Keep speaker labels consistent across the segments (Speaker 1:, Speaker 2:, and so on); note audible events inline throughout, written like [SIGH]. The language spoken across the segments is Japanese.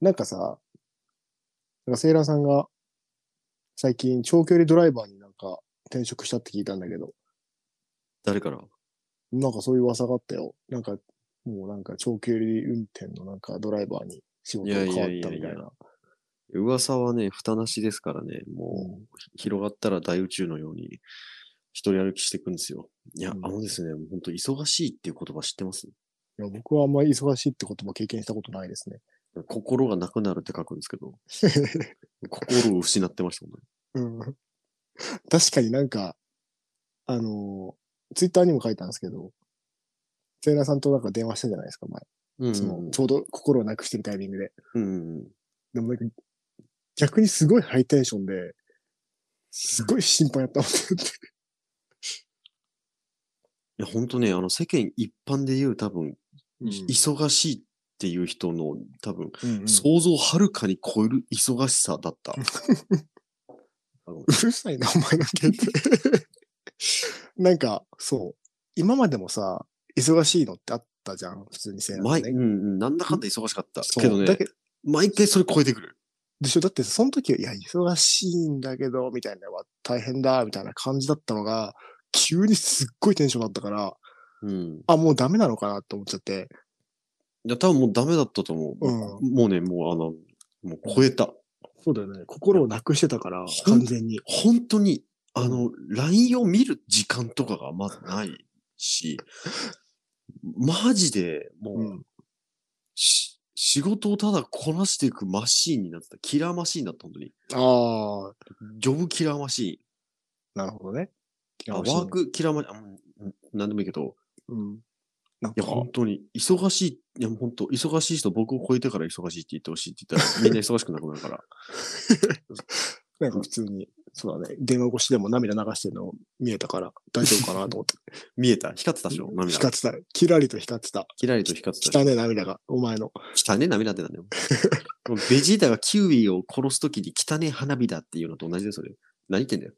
Speaker 1: なんかさ、なんかセイラーさんが最近長距離ドライバーになんか転職したって聞いたんだけど、
Speaker 2: 誰から
Speaker 1: なんかそういう噂があったよ。なんか、もうなんか長距離運転のなんかドライバーに仕事が変わったみたいな。
Speaker 2: いやいやいやいや噂はね、蓋なしですからね、もう
Speaker 1: うん
Speaker 2: 広がったら大宇宙のように一人歩きしていくんですよ。いや、
Speaker 1: うん
Speaker 2: あのですね、もう本当忙しいっていう言葉知ってます
Speaker 1: いや僕はあんまり忙しいってことも経験したことないですね。
Speaker 2: 心がなくなるって書くんです [LAUGHS] けど、心を失ってましたもんね。
Speaker 1: うん、 [LAUGHS] 確かになんか、あのツイッターにも書いたんですけど、セイラーさんとなんか電話したじゃないですか、前。
Speaker 2: うん
Speaker 1: そのちょうど心をなくしてるタイミングで。
Speaker 2: うん。うん。
Speaker 1: でもなんか、逆にすごいハイテンションで、すごい心配やったもんねって。
Speaker 2: いや、本当ね、あの、世間一般で言う多分、
Speaker 1: [LAUGHS]
Speaker 2: い忙しいっていう人の多分、
Speaker 1: うんうん
Speaker 2: 想像をはるかに超える忙しさだ [LAUGHS] った。あの
Speaker 1: うるさいな、お前の件って。 [LAUGHS] なんか、そう。今までもさ、忙しいのってあったじゃん、普通にせい
Speaker 2: 毎
Speaker 1: ね
Speaker 2: うんうん、なんだかんだ忙しかった。
Speaker 1: そう
Speaker 2: けど
Speaker 1: だ
Speaker 2: ね
Speaker 1: け、
Speaker 2: 毎回それ超えてくる。
Speaker 1: でしょだって、その時は、いや、忙しいんだけど、みたいなのは大変だ、みたいな感じだったのが、急にすっごいテンションだったから、
Speaker 2: うん。
Speaker 1: あ、もうダメなのかなって思っちゃって。
Speaker 2: いや、多分もうダメだったと思う。
Speaker 1: うん
Speaker 2: もうね、もうあの、もう超えた。
Speaker 1: そうだよね。心をなくしてたから
Speaker 2: ほん、
Speaker 1: 完全に。
Speaker 2: 本当に、あの、LINE を見る時間とかがまずないし、マジでもう、
Speaker 1: うん。
Speaker 2: し仕事をただこなしていくマシーンになってた。キラーマシーンだった、本当に。
Speaker 1: ああ、
Speaker 2: ジョブキラーマシ
Speaker 1: なるほどね。
Speaker 2: ーン。あワー。クキラーマシーンあうん。なんでもいいけど、
Speaker 1: うん。なん
Speaker 2: い
Speaker 1: か
Speaker 2: や、、本当に、忙しい、いや、本当、忙しい人、僕を超えてから忙しいって言ってほしいって言ったら、みんな忙しくなくなるから。
Speaker 1: なんか普通に、そうだね。電話越しでも涙流してるの見えたから、大丈夫かなと思って。
Speaker 2: 見えた光ってたでしょ [LAUGHS] 涙
Speaker 1: 光
Speaker 2: が。
Speaker 1: ってた。キラリと光ってた。
Speaker 2: キラリと光ってた
Speaker 1: 汚
Speaker 2: で
Speaker 1: ね涙が、お前の。
Speaker 2: しょ。汚ね涙ってなんだよ。もうベジータがキウイを殺すときに汚ね花火だっていうのと同じだよ、それ。何言ってんだよ。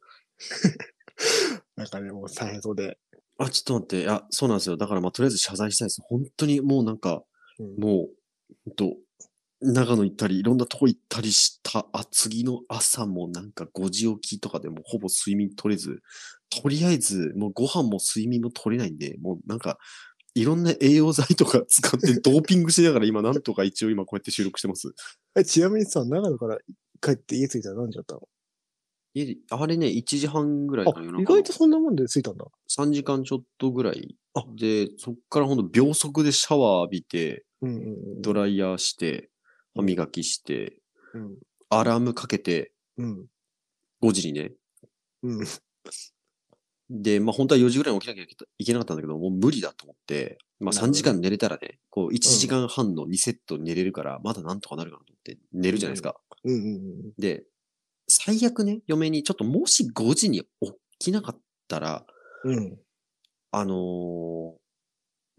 Speaker 1: なんかね、もう大変そうで。
Speaker 2: あ、ちょっと待って。いや、そうなんですよ。だから、まあ、とりあえず謝罪したいです。本当に、もうなんか、
Speaker 1: うん
Speaker 2: もう、ほんと、長野行ったり、いろんなとこ行ったりした、あ、次の朝もなんか5時起きとかでもうほぼ睡眠取れず、とりあえずもうご飯も睡眠も取れないんで、もうなんか、いろんな栄養剤とか使ってドーピングしながら今なんとか一応今こうやって収録してます。
Speaker 1: え、ちなみにさ、長野から帰って家着いたら何時だったの
Speaker 2: 家であれね、1時半ぐらいか
Speaker 1: あ
Speaker 2: な、夜、
Speaker 1: 意
Speaker 2: 中の
Speaker 1: 外とそんなもんで着いたんだ。
Speaker 2: 3時間ちょっとぐらい。で、そっからほんと秒速でシャワー浴びて、
Speaker 1: うんうんうん。
Speaker 2: ドライヤーして、歯磨きして、
Speaker 1: うん。
Speaker 2: アラームかけて、
Speaker 1: うん。
Speaker 2: 5時にね、
Speaker 1: うん。
Speaker 2: で、まあ本当は4時ぐらいに起きなきゃいけなかったんだけど、もう無理だと思って、まあ
Speaker 1: なるほ
Speaker 2: 3
Speaker 1: ど
Speaker 2: 時間寝れたらね、こう1時間半の2セット寝れるから、まだなんとかなるかなと思って寝るじゃないですか。
Speaker 1: うんうん
Speaker 2: で、最悪ね、嫁にちょっともし5時に起きなかったら、
Speaker 1: うん。うん。
Speaker 2: あの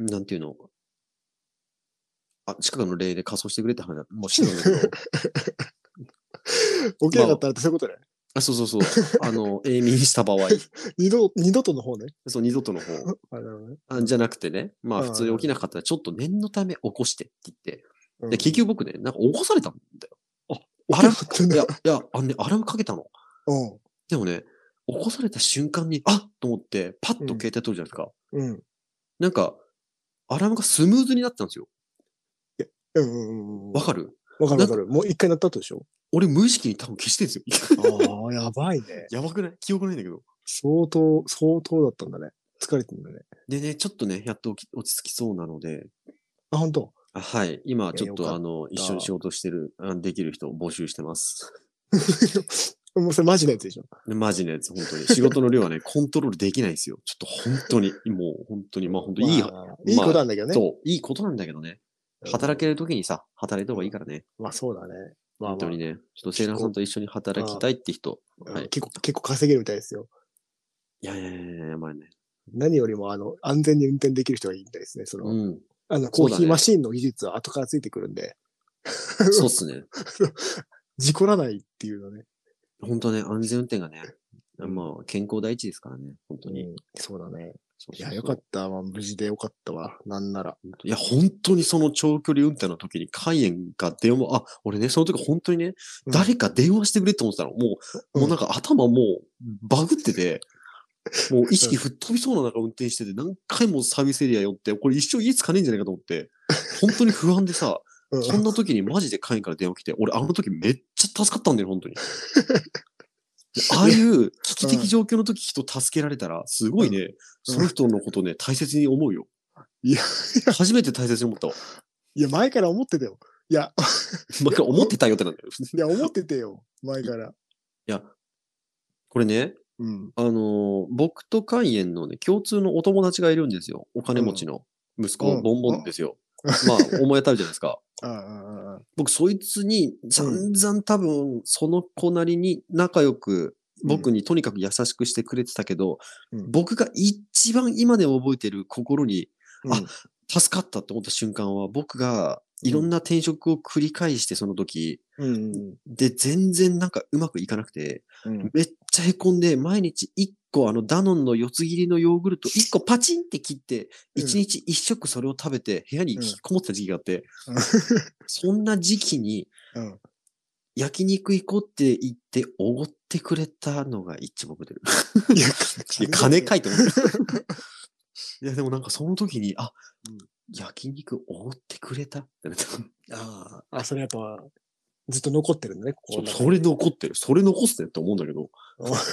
Speaker 2: ーなんていうの、あ、近くの霊で仮装してくれって話だもうしてたんだけ
Speaker 1: [LAUGHS]
Speaker 2: ど、
Speaker 1: 起きなかったらってそういうことね。
Speaker 2: あそうそうそう、あの、永眠し
Speaker 1: [LAUGHS]
Speaker 2: た場合、
Speaker 1: 二度、二度との方ね。
Speaker 2: そう、二度との方、
Speaker 1: あ、なるほどね。
Speaker 2: あじゃなくてね、まあ
Speaker 1: うん
Speaker 2: 普通に起きなかったら、ちょっと念のため起こしてって言って、
Speaker 1: うん
Speaker 2: で、結局僕ね、なんか起こされたんだよ。
Speaker 1: 起きなかったん [LAUGHS]
Speaker 2: い
Speaker 1: だ
Speaker 2: や、いや、あのね、アラームかけたの。
Speaker 1: うん。
Speaker 2: でもね、起こされた瞬間に、あっと思って、パッと携帯取るじゃないですか。
Speaker 1: うん。
Speaker 2: なんか、アラームがスムーズになってたんですよ。
Speaker 1: うんうんうんうん。
Speaker 2: わかる
Speaker 1: わかるわかる。もう一回なった後でしょ
Speaker 2: 俺無意識に多分消してるんですよ。
Speaker 1: ああ、やばいね。
Speaker 2: やばくない記憶ないんだけど。
Speaker 1: 相当、相当だったんだね。疲れてるんだね。
Speaker 2: でね、ちょっとね、やっと起き落ち着きそうなので、
Speaker 1: あ、本当。
Speaker 2: あはい、今ちょっ
Speaker 1: よ
Speaker 2: と
Speaker 1: かった
Speaker 2: あの、一緒に仕事してる、あできる人を募集してます。
Speaker 1: もうそれマジなやつでしょ。
Speaker 2: でマジのやつ、本当に。仕事の量
Speaker 1: [LAUGHS]
Speaker 2: はね、コントロールできないんですよ。ちょっと本当に、もう本当に、まあ本当いい、
Speaker 1: まあいいことなんだけどね。
Speaker 2: そう、いいことなんだけどね。
Speaker 1: うん
Speaker 2: 働けるときにさ、働いた方がいいからね。
Speaker 1: まあそうだね。まあ
Speaker 2: 本当にね、ちょっとセイラーさんと一緒に働きたいって人。
Speaker 1: うん
Speaker 2: はい
Speaker 1: 結構、結構稼げるみたいですよ。
Speaker 2: いやいやいやいや、まあね。
Speaker 1: 何よりも、あの、安全に運転できる人がいいみたいですね。その、
Speaker 2: うん。
Speaker 1: [LAUGHS] あの、
Speaker 2: そ
Speaker 1: コ
Speaker 2: う
Speaker 1: ー
Speaker 2: だね
Speaker 1: ヒーマシンの技術は後からついてくるんで、
Speaker 2: そうっすね。
Speaker 1: 事故らないっていうのね。
Speaker 2: 本当ね、安全運転がね、
Speaker 1: うん
Speaker 2: まあ健康第一ですからね、本当に。
Speaker 1: うんそうだね。
Speaker 2: そう
Speaker 1: い
Speaker 2: そうそう
Speaker 1: や、よかったわ。無事でよかったわ。なんなら。
Speaker 2: いや、本当にその長距離運転の時に、カイエンが電話、あ、俺ね、その時本当にね、
Speaker 1: うん
Speaker 2: 誰か電話してくれって思ってたの。もう、
Speaker 1: うん
Speaker 2: もうなんか頭もうバグっ
Speaker 1: [LAUGHS]
Speaker 2: てて、もう意識吹っ飛びそうな中運転してて、何回もサービスエリア寄って、これ一生家つかねえんじゃないかと思って、本当に不安でさ、
Speaker 1: うん
Speaker 2: そんな時にマジでカイエンから電話来て、俺あの時めっちゃ助かったんだよ、本
Speaker 1: [LAUGHS]
Speaker 2: 当に。でああいう危機的状況の時人助けられたら、すごいね、その人のことね、大切に思うよ。
Speaker 1: いや、
Speaker 2: 初めて大切に思ったわ。
Speaker 1: いや、前から思ってたよ。いや、
Speaker 2: まあ、思ってたよってなんだよ。
Speaker 1: いや、思っててよ。前から。
Speaker 2: これね、
Speaker 1: うん。
Speaker 2: あのー僕と海縁のね、共通のお友達がいるんですよ。お金持ちの息子、
Speaker 1: うん
Speaker 2: ボンボンですよ。まあ、思い当たるじゃないですか。
Speaker 1: ああ、ああ、あ
Speaker 2: 僕、そいつに、散々多分、その子なりに仲良く、僕にとにかく優しくしてくれてたけど、
Speaker 1: うん
Speaker 2: 僕が一番今でも覚えてる心に
Speaker 1: あ。
Speaker 2: あ助かったって思った瞬間は、僕がいろんな転職を繰り返して、その時、
Speaker 1: うん。うん
Speaker 2: で、全然なんかうまくいかなくて、
Speaker 1: うん。
Speaker 2: めっちゃへこんで、毎日1個あのダノンの四つ切りのヨーグルト1個パチンって切って、
Speaker 1: うん
Speaker 2: 1日1食それを食べて部屋に引きこもってた時期があって、
Speaker 1: うん
Speaker 2: そんな時期に
Speaker 1: うん。
Speaker 2: 焼肉行こうって言っておごってくれたのが一番覚えてる。
Speaker 1: いや、
Speaker 2: いや金かいと思 [LAUGHS] う。いや、でもなんかその時に、あ、
Speaker 1: うん
Speaker 2: 焼肉おごってくれたってな [LAUGHS] った。
Speaker 1: ああ、あ、それやっぱ、ずっと残ってるんだね、ここ
Speaker 2: そ
Speaker 1: の中
Speaker 2: それ残ってる。それ残すねって思うんだけど、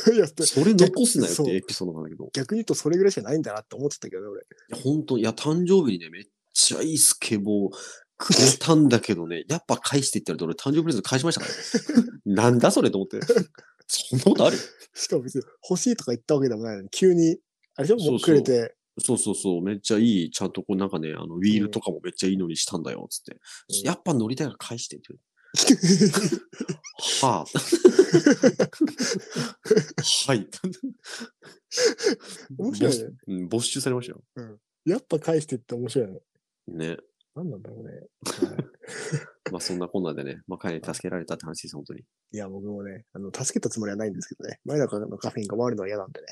Speaker 1: に [LAUGHS] いや、
Speaker 2: それ残すなよっ
Speaker 1: そう
Speaker 2: てエピソードなんだけど。
Speaker 1: 逆に言うとそれぐらいしかないんだなって思ってたけどね、俺。
Speaker 2: いや本当いや、誕生日にね、めっちゃいいスケボーくれたんだけ [LAUGHS] どね、やっぱ返していったら俺誕生日プレゼント返しましたから [LAUGHS] ね。なんだそれと思って。そんなことある
Speaker 1: しかも別に欲しいとか言ったわけでもないのに、急に、あれでしょ
Speaker 2: そ
Speaker 1: も
Speaker 2: う
Speaker 1: う
Speaker 2: そ
Speaker 1: く
Speaker 2: う
Speaker 1: れ
Speaker 2: [LAUGHS]
Speaker 1: て、
Speaker 2: そうそうそう、めっちゃいい、ちゃんとこうなんかね、あの、ウィールとかもめっちゃいいのにしたんだよ、つって。
Speaker 1: うん
Speaker 2: やっぱ乗りたいから返してって。 [LAUGHS] はあ。はい。
Speaker 1: 面白いね
Speaker 2: 没うん没収されましたよ。
Speaker 1: やっぱ返してって面白いね。
Speaker 2: ね。
Speaker 1: なんなんだろうね。
Speaker 2: まあそんなこんなでね、まあ彼に助けられたって話です、本当に。
Speaker 1: いや、僕もね、あの、助けたつもりはないんですけどね。前中のカフェインが回るのは嫌なんでね。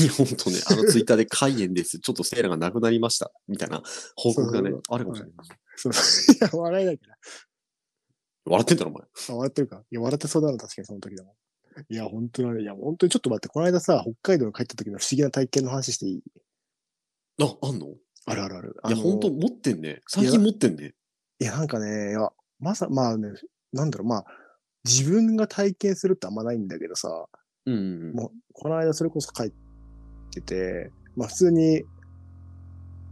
Speaker 2: いや、本当ね、あのツイッターで開演です。ちょっとセーラがなくなりました。みたいな報告がね
Speaker 1: そう、
Speaker 2: あるかもしれない。
Speaker 1: そう。 [LAUGHS] いや、笑えないから。
Speaker 2: 笑ってんだろ、お前。
Speaker 1: あ、笑ってるか。いや、笑ってそうだな、確かにその時でも。いや、本当だね。いや、本当にちょっと待って、この間さ、北海道に帰った時の不思議な体験の話していい
Speaker 2: あ、あんのい
Speaker 1: あるあるある。あ
Speaker 2: や、
Speaker 1: の
Speaker 2: 本当持ってんね。最近持ってんね。
Speaker 1: いや、なんかね、いや、まさ、まあね、なんだろう、まあ、自分が体験するってあんまないんだけどさ、
Speaker 2: うんうんうん。
Speaker 1: もう、この間それこそ帰ってて、まあ、普通に、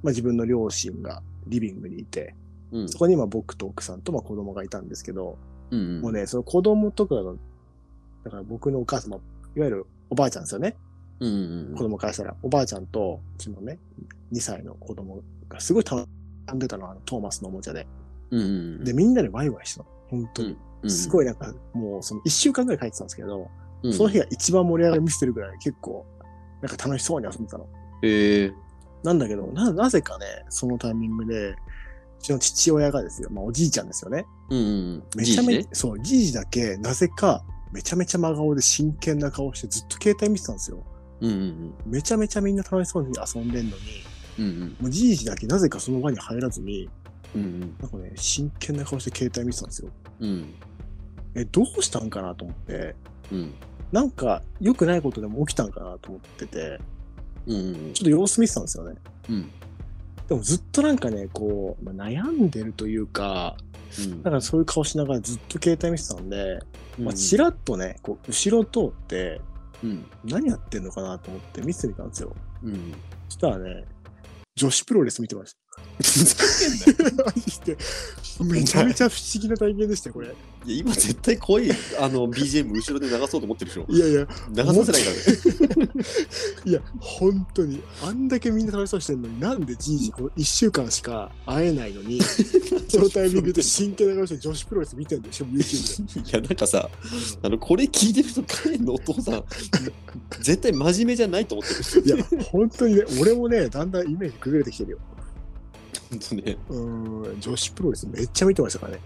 Speaker 1: まあ、自分の両親がリビングにいて、
Speaker 2: うん
Speaker 1: そこにまあ僕と奥さんとまあ子供がいたんですけど、
Speaker 2: うん
Speaker 1: も
Speaker 2: う。
Speaker 1: うんね、その子供とかが、だから僕のお母様、いわゆるおばあちゃんですよね。
Speaker 2: うんうんうん
Speaker 1: 子供からしたら、おばあちゃんと、うちのね、2歳の子供がすごい楽しんでたの、あのトーマスのおもちゃで。
Speaker 2: うんうんうん
Speaker 1: で、みんなでワイワイしたの。本当に。
Speaker 2: うん
Speaker 1: すごいなんか、もうその1週間ぐらい帰ってたんですけど、
Speaker 2: うん
Speaker 1: その日が一番盛り上がり見せてるぐらい結構、なんか楽しそうに遊んでたの。
Speaker 2: へえ。
Speaker 1: なんだけど、な、なぜかね、そのタイミングで、うちの父親がですよ、まあおじいちゃんですよね。
Speaker 2: うんうんうん。
Speaker 1: めちゃめ
Speaker 2: じ
Speaker 1: ち
Speaker 2: いじ
Speaker 1: ゃ、そう、じいじだけ、なぜか、めちゃめちゃ真顔で真剣な顔してずっと携帯見てたんですよ。
Speaker 2: うんうん
Speaker 1: めちゃめちゃみんな楽しそうに遊んでんのに、
Speaker 2: うん。うん
Speaker 1: もうじいじだけなぜかその輪に入らずに、
Speaker 2: うん。うん
Speaker 1: なんかね、真剣な顔して携帯見てたんですよ。
Speaker 2: うん。うん
Speaker 1: え、どうしたんかなと思って、
Speaker 2: うん。
Speaker 1: なんか良くないことでも起きたんかなと思ってて、
Speaker 2: うんうん
Speaker 1: ちょっと様子見てたんですよね。
Speaker 2: うん。
Speaker 1: でもずっとなんかね、こう、まあ、悩んでるというか、
Speaker 2: うん
Speaker 1: なんかそういう顔しながらずっと携帯見てたんで、
Speaker 2: うん
Speaker 1: まあ、ちらっとね、こう、後ろ通って、
Speaker 2: うん
Speaker 1: 何やってんのかなと思って見てみたんですよ。
Speaker 2: うん。
Speaker 1: そしたらね、女子プロレス見てました。 [LAUGHS] マジでめちゃめちゃ不思議な体験でしたよ、これ。
Speaker 2: いや今絶対怖い
Speaker 1: [LAUGHS]
Speaker 2: あの BGM 後ろで流そうと思ってるでしょ
Speaker 1: いやいや、
Speaker 2: 流させないからね
Speaker 1: いや、本当に、あんだけみんな楽しそうにしてるのに、なんでじいじ、この1週間しか会えないの
Speaker 2: [LAUGHS]
Speaker 1: に、そのタイミングで真剣な顔して女子プロレス見てるんでしょ、YouTube
Speaker 2: [LAUGHS] いや、なんかさ、あの、これ聞いてる人、彼のお父さん、絶対真面目じゃないと思ってる人。
Speaker 1: で。いや、本当にね、俺もね、だんだんイメージ崩れてきてるよ。
Speaker 2: ほんとね。
Speaker 1: うーん、女子プロレスめっちゃ見てましたからね。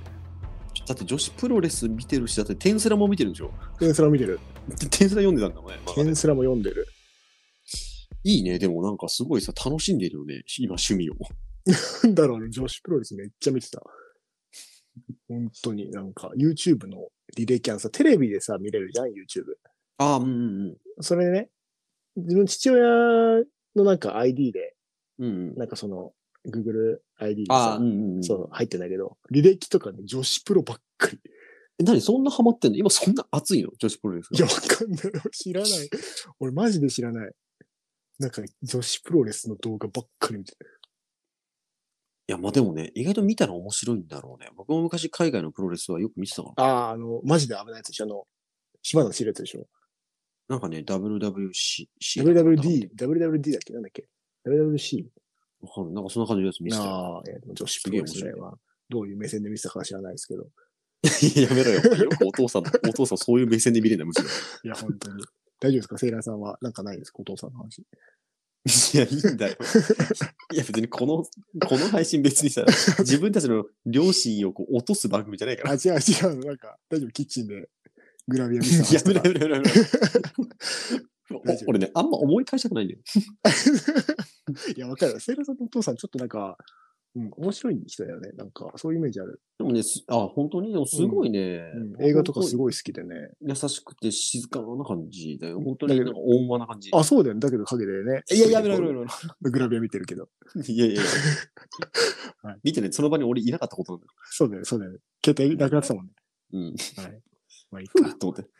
Speaker 2: だって女子プロレス見てるし、だってテンスラも見てるんでしょ
Speaker 1: テンスラ見てる。
Speaker 2: でテンスラ読んでたんだもんね。まあ
Speaker 1: テンスラも読んでる。
Speaker 2: いいね。でもなんかすごいさ、楽しんでるよね。今、趣味を。
Speaker 1: なんだろう、あの女子プロレスめっちゃ見てた。本当になんか YouTube の履歴あのさ、テレビでさ、見れるじゃん、YouTube。
Speaker 2: ああ、うんうん
Speaker 1: それでね、自分父親のなんか ID で、
Speaker 2: うん。うんうん。
Speaker 1: なんかその Google ID で
Speaker 2: ああ、
Speaker 1: さ
Speaker 2: う、んうん。
Speaker 1: そう、入ってんだけど、履歴とかね、女子プロばっかり。 [LAUGHS]
Speaker 2: え、何そんなハマってんの今そんな熱いの女子プロレス
Speaker 1: いや、わかんない。俺知らない。俺マジで知らない。なんか女子プロレスの動画ばっかり見てた。
Speaker 2: いや、まあでもね、意外と見たら面白いんだろうね。僕も昔海外のプロレスはよく見てたから。
Speaker 1: ああ、あの、マジで危ないやつでしょ。あの、島の知るやつでしょ。
Speaker 2: なんかね、WWC。
Speaker 1: WWD、WWD だっけなんだっけ ?WWC?
Speaker 2: わかる。なんかそんな感じのやつ見せたよ。
Speaker 1: ああ、いや、でも女子プロレス時代は、どういう目線で見せたかは知らないですけど。
Speaker 2: [LAUGHS] いややめろ
Speaker 1: [LAUGHS]
Speaker 2: よ。よくお父さん、お父さんそういう目線で見れない、むしろ。
Speaker 1: いや、本当に。大丈夫ですかセイラーさんは、なんかないですかお父さんの話。 [LAUGHS]
Speaker 2: いや、いいんだよ。 [LAUGHS] いや、別にこの、この配信別にさ、自分たちの両親をこう落とす番組じゃないか
Speaker 1: [LAUGHS] あ、
Speaker 2: ら。
Speaker 1: 違う違う。なんか、大丈夫キッチンでグラビア見せた [LAUGHS] 話
Speaker 2: やめ
Speaker 1: と
Speaker 2: ろ
Speaker 1: か
Speaker 2: やめろやめろやめろ
Speaker 1: 大丈夫
Speaker 2: [LAUGHS] お俺ね、あんま思い返したくないんだよ。
Speaker 1: いや、わかる。セイラーさんのお父さん、ちょっとなんか、うん、面白い人だよね。なんか、そういうイメージある。
Speaker 2: でもね、すあ、本当に、でもすごいね。
Speaker 1: うん映画とかす
Speaker 2: い。
Speaker 1: ごい好きでね。
Speaker 2: 優しくて静かな感じだよ。本当
Speaker 1: だ
Speaker 2: に、
Speaker 1: け
Speaker 2: なん
Speaker 1: ど
Speaker 2: か温和な感じ。
Speaker 1: あ、そうだよね。だけど影でね。
Speaker 2: いや、やめろやめろやめろ。
Speaker 1: グラビア見てるけど。
Speaker 2: いや [LAUGHS] いやいや
Speaker 1: はい
Speaker 2: 見てね、その場に俺いなかったことなんだよ。
Speaker 1: そうだよね、そうだよね。携帯なくなってたもんね。
Speaker 2: うん。
Speaker 1: はい。まあ、いい
Speaker 2: ふ
Speaker 1: か
Speaker 2: っ。 [LAUGHS] と思って。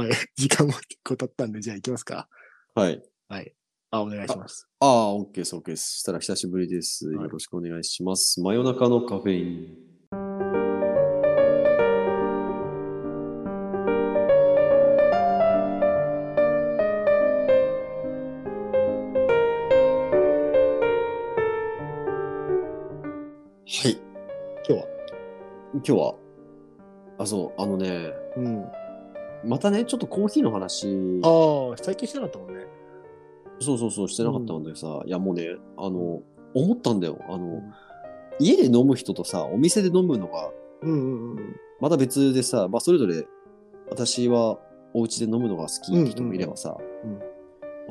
Speaker 1: はい。 [LAUGHS] 時間も結構経ったんで、じゃあ行きますか。
Speaker 2: はい。
Speaker 1: はい。あ、お願いします。
Speaker 2: ああ、オッケーです、オッケーです。したら久しぶりです。
Speaker 1: はい
Speaker 2: よろしくお願いします。真夜中のカフェイン。はい。
Speaker 1: 今日は。
Speaker 2: 今日は、あ、そう、あのね、
Speaker 1: うん。
Speaker 2: またね、ちょっとコーヒーの話、
Speaker 1: ああ、最近してなかったもんね。
Speaker 2: そうそうそう、してなかったんだけどさ、いやもうね、あの、思ったんだよ。あの、家で飲む人とさ、お店で飲むのが、
Speaker 1: うんうんうん。
Speaker 2: また別でさ、まあ、それぞれ、私はお家で飲むのが好きって人もいればさ、
Speaker 1: うんうんうん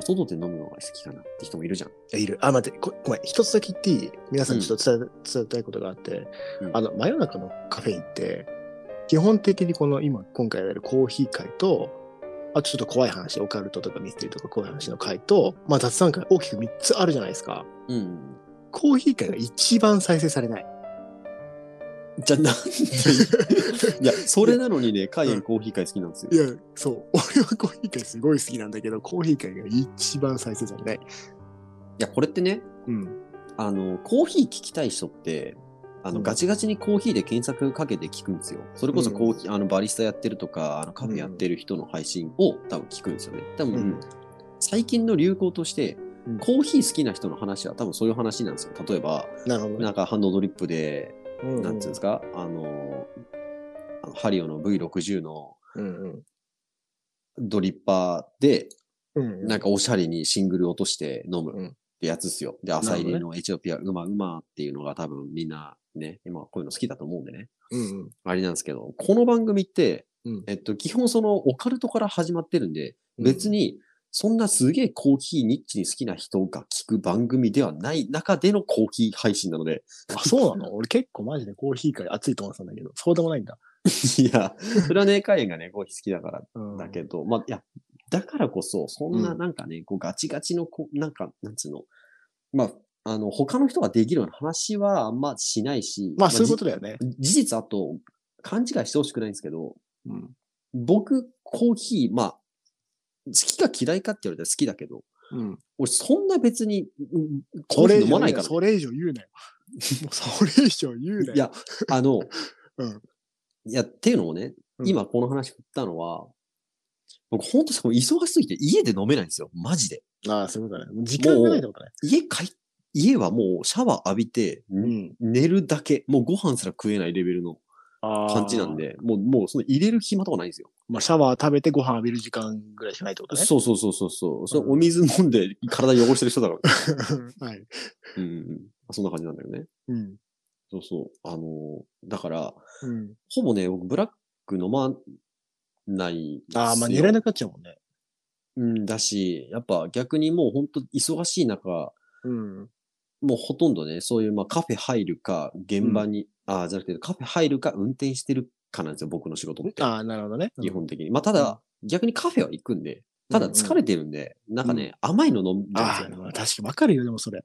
Speaker 2: お外で飲むのが好きかなって人もいるじゃん。
Speaker 1: いる。あ、待って、こごめん、一つだけ言っていい皆さんにちょっと伝え,、伝えたいことがあって、
Speaker 2: うん
Speaker 1: あの、真夜中のカフェインって、基本的にこの今、今回やるコーヒー会と、あとちょっと怖い話、オカルトとかミステリーとか怖い話の会と、まあ雑談会大きく3つあるじゃないですか。
Speaker 2: うん。
Speaker 1: コーヒー会が一番再生されない。
Speaker 2: じゃあなん [LAUGHS] で、いや、それなのにね、海外コーヒー会好きなんですよ。
Speaker 1: [LAUGHS] いや、そう。俺はコーヒー会すごい好きなんだけど、コーヒー会が一番再生されない。
Speaker 2: いや、これってね、
Speaker 1: うん。
Speaker 2: あの、コーヒー聞きたい人って、あの、
Speaker 1: うん
Speaker 2: ガチガチにコーヒーで検索かけて聞くんですよ。それこそコーヒー、あの、バリスタやってるとか、あの、カフェやってる人の配信を多分聞くんですよね。多分、
Speaker 1: うん
Speaker 2: 最近の流行として
Speaker 1: うん、
Speaker 2: コーヒー好きな人の話は多分そういう話なんですよ。例えば、
Speaker 1: なるほどね。
Speaker 2: なんかハンドドリップで、
Speaker 1: うん
Speaker 2: なんつうんですか、あの、あのハリオの V60 の
Speaker 1: うんうん。
Speaker 2: ドリッパーで、
Speaker 1: うん
Speaker 2: なんかおしゃれにシングル落として飲むってやつっすよ。で、朝入り
Speaker 1: なる
Speaker 2: のエチオピア、うまうまっていうのが多分みんなね、今こういうの好きだと思うんでね。
Speaker 1: うんうん。
Speaker 2: あれなんですけど、この番組って、
Speaker 1: うん
Speaker 2: えっと、基本そのオカルトから始まってるんで、別にそんなすげえコーヒーニッチに好きな人が聞く番組ではない中でのコーヒー配信なので、
Speaker 1: あ、そうなの俺結構マジでコーヒー会熱いと思ってたんだけど、そうでもないんだ。
Speaker 2: い
Speaker 1: [LAUGHS]
Speaker 2: や、それはね、海外がね、コーヒー好きだから
Speaker 1: うん
Speaker 2: だけど、まあ、いや、だからこそ、そんな
Speaker 1: うん
Speaker 2: なんかね、こうガチガチのこう、なんか、なんつうの、まあ、あの、他の人ができるような話はあんましないし、
Speaker 1: まあそういうこ
Speaker 2: じ
Speaker 1: とだよね。
Speaker 2: 事実あと、勘違いしてほしくないんですけど、
Speaker 1: うん。
Speaker 2: 僕、コーヒー、まあ、好きか嫌いかって言われたら好きだけど、
Speaker 1: うん。
Speaker 2: 俺そんな別に、うんコ
Speaker 1: そ
Speaker 2: ーヒ
Speaker 1: れ
Speaker 2: ー飲まない
Speaker 1: 以
Speaker 2: か
Speaker 1: 上、
Speaker 2: ら。
Speaker 1: [LAUGHS] それ以上言うなよ。もうそれ以上言うなよ。
Speaker 2: いや、あの、
Speaker 1: うん
Speaker 2: いや、っていうのもね、
Speaker 1: うん
Speaker 2: 今この話振ったのは、僕ほんと忙しすぎて家で飲めないんですよ。マジで。
Speaker 1: ああ、そういうことだね。もう時間がないってことね。
Speaker 2: 家かい、家はもうシャワー浴びて、
Speaker 1: ん。
Speaker 2: 寝るだけ、もうご飯すら食えないレベルの感じなん。で、もう、もうその入れる暇とかないんですよ。
Speaker 1: まあシャワー食べてご飯浴びる時間ぐらいしかないってことね。
Speaker 2: そうそうそうそうそう。それお水飲んで体汚してる人だから。
Speaker 1: う。はい。
Speaker 2: うんうん。そんな感じなんだよね。
Speaker 1: うん。
Speaker 2: そうそう。あのーだから、
Speaker 1: うん。
Speaker 2: ほぼね、僕、ブラック飲まないんですよ。
Speaker 1: ああ、まあ寝られなくなっちゃうもんね。
Speaker 2: うんだし、やっぱ逆にもう本当忙しい中、
Speaker 1: うん。
Speaker 2: もうほとんどね、そういうまあカフェ入るか、現場に、ああ、じゃなくてカフェ入るか運転してるかなんですよ、僕の仕事って。
Speaker 1: ああ、なるほどね。
Speaker 2: 基本的に。まあただ、逆にカフェは行くんで、ただ疲れてるんで、なんかね、甘いの飲んで
Speaker 1: ああ、で
Speaker 2: るんです
Speaker 1: も
Speaker 2: よ。
Speaker 1: 確かにわかるよ、でもそれ。